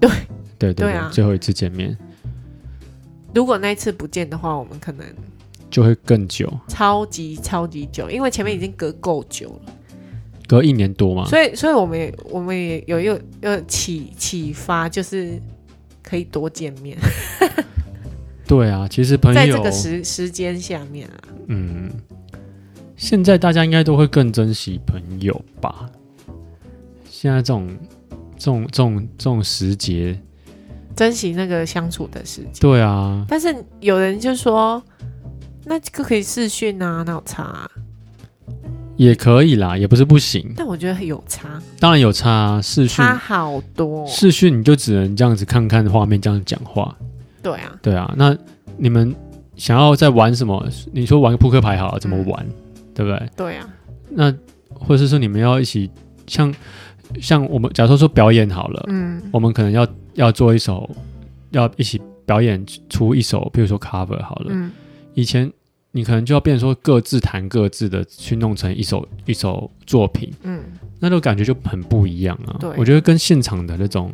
Speaker 2: 对，
Speaker 1: 对对对，
Speaker 2: 对啊
Speaker 1: 最后一次见面
Speaker 2: 如果那一次不见的话，我们可能
Speaker 1: 就会更久，
Speaker 2: 超级超级久，因为前面已经隔够久了，
Speaker 1: 隔一年多嘛，
Speaker 2: 所以所以我们也我们也有有有启启发，就是可以多见面，
Speaker 1: 对啊，其实朋
Speaker 2: 在
Speaker 1: 友
Speaker 2: 这个时时间下面啊，
Speaker 1: 嗯，现在大家应该都会更珍惜朋友吧？现在这种这种这种这种时节，
Speaker 2: 珍惜那个相处的时间。
Speaker 1: 对啊，
Speaker 2: 但是有人就说，那这个可以视讯啊，那有差、啊？
Speaker 1: 也可以啦，也不是不行。
Speaker 2: 但我觉得有差，
Speaker 1: 当然有差、啊，视讯
Speaker 2: 差好多。
Speaker 1: 视讯你就只能这样子看看画面，这样讲话。
Speaker 2: 对啊，
Speaker 1: 对啊，那你们想要在玩什么？你说玩个扑克牌好了，怎么玩，对不对？
Speaker 2: 对啊，
Speaker 1: 那或者是说你们要一起像像我们，假如说说表演好了，
Speaker 2: 嗯
Speaker 1: 我们可能要要做一首，要一起表演出一首，比如说 cover 好了。
Speaker 2: 嗯，
Speaker 1: 以前你可能就要变成说各自弹各自的，去弄成一首一首作品，
Speaker 2: 嗯，
Speaker 1: 那种感觉就很不一样啊。
Speaker 2: 对
Speaker 1: 我觉得跟现场的那种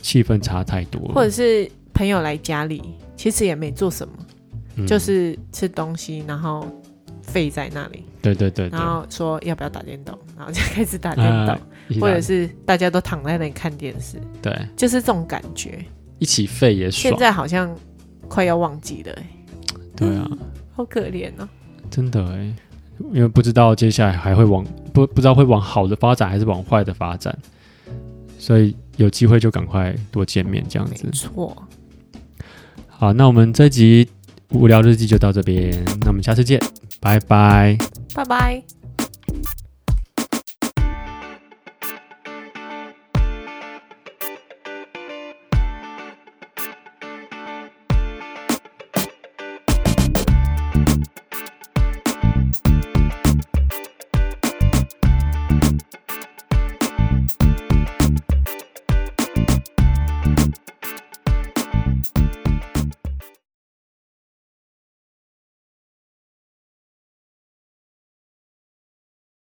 Speaker 1: 气氛差太多了，
Speaker 2: 或者是朋友来家里，其实也没做什么。
Speaker 1: 嗯
Speaker 2: 就是吃东西，然后废在那里，
Speaker 1: 对对对对
Speaker 2: 然，后说要不要打电动，然后就开始打电动，
Speaker 1: 呃一起
Speaker 2: 或者
Speaker 1: 来
Speaker 2: 是大家都躺在那里看电视，
Speaker 1: 对
Speaker 2: 就是这种感觉。
Speaker 1: 一起废也
Speaker 2: 现
Speaker 1: 爽，
Speaker 2: 在好像快要忘记了、欸，
Speaker 1: 对啊，
Speaker 2: 好可怜哦。
Speaker 1: 真的哎、因为不知道接下来还会往不不知道会往好的发展还是往坏的发展，所以有机会就赶快多见面这样子
Speaker 2: 没。错，
Speaker 1: 好，那我们这集无聊日记就到这边，那我们下次见，拜拜。
Speaker 2: 拜拜。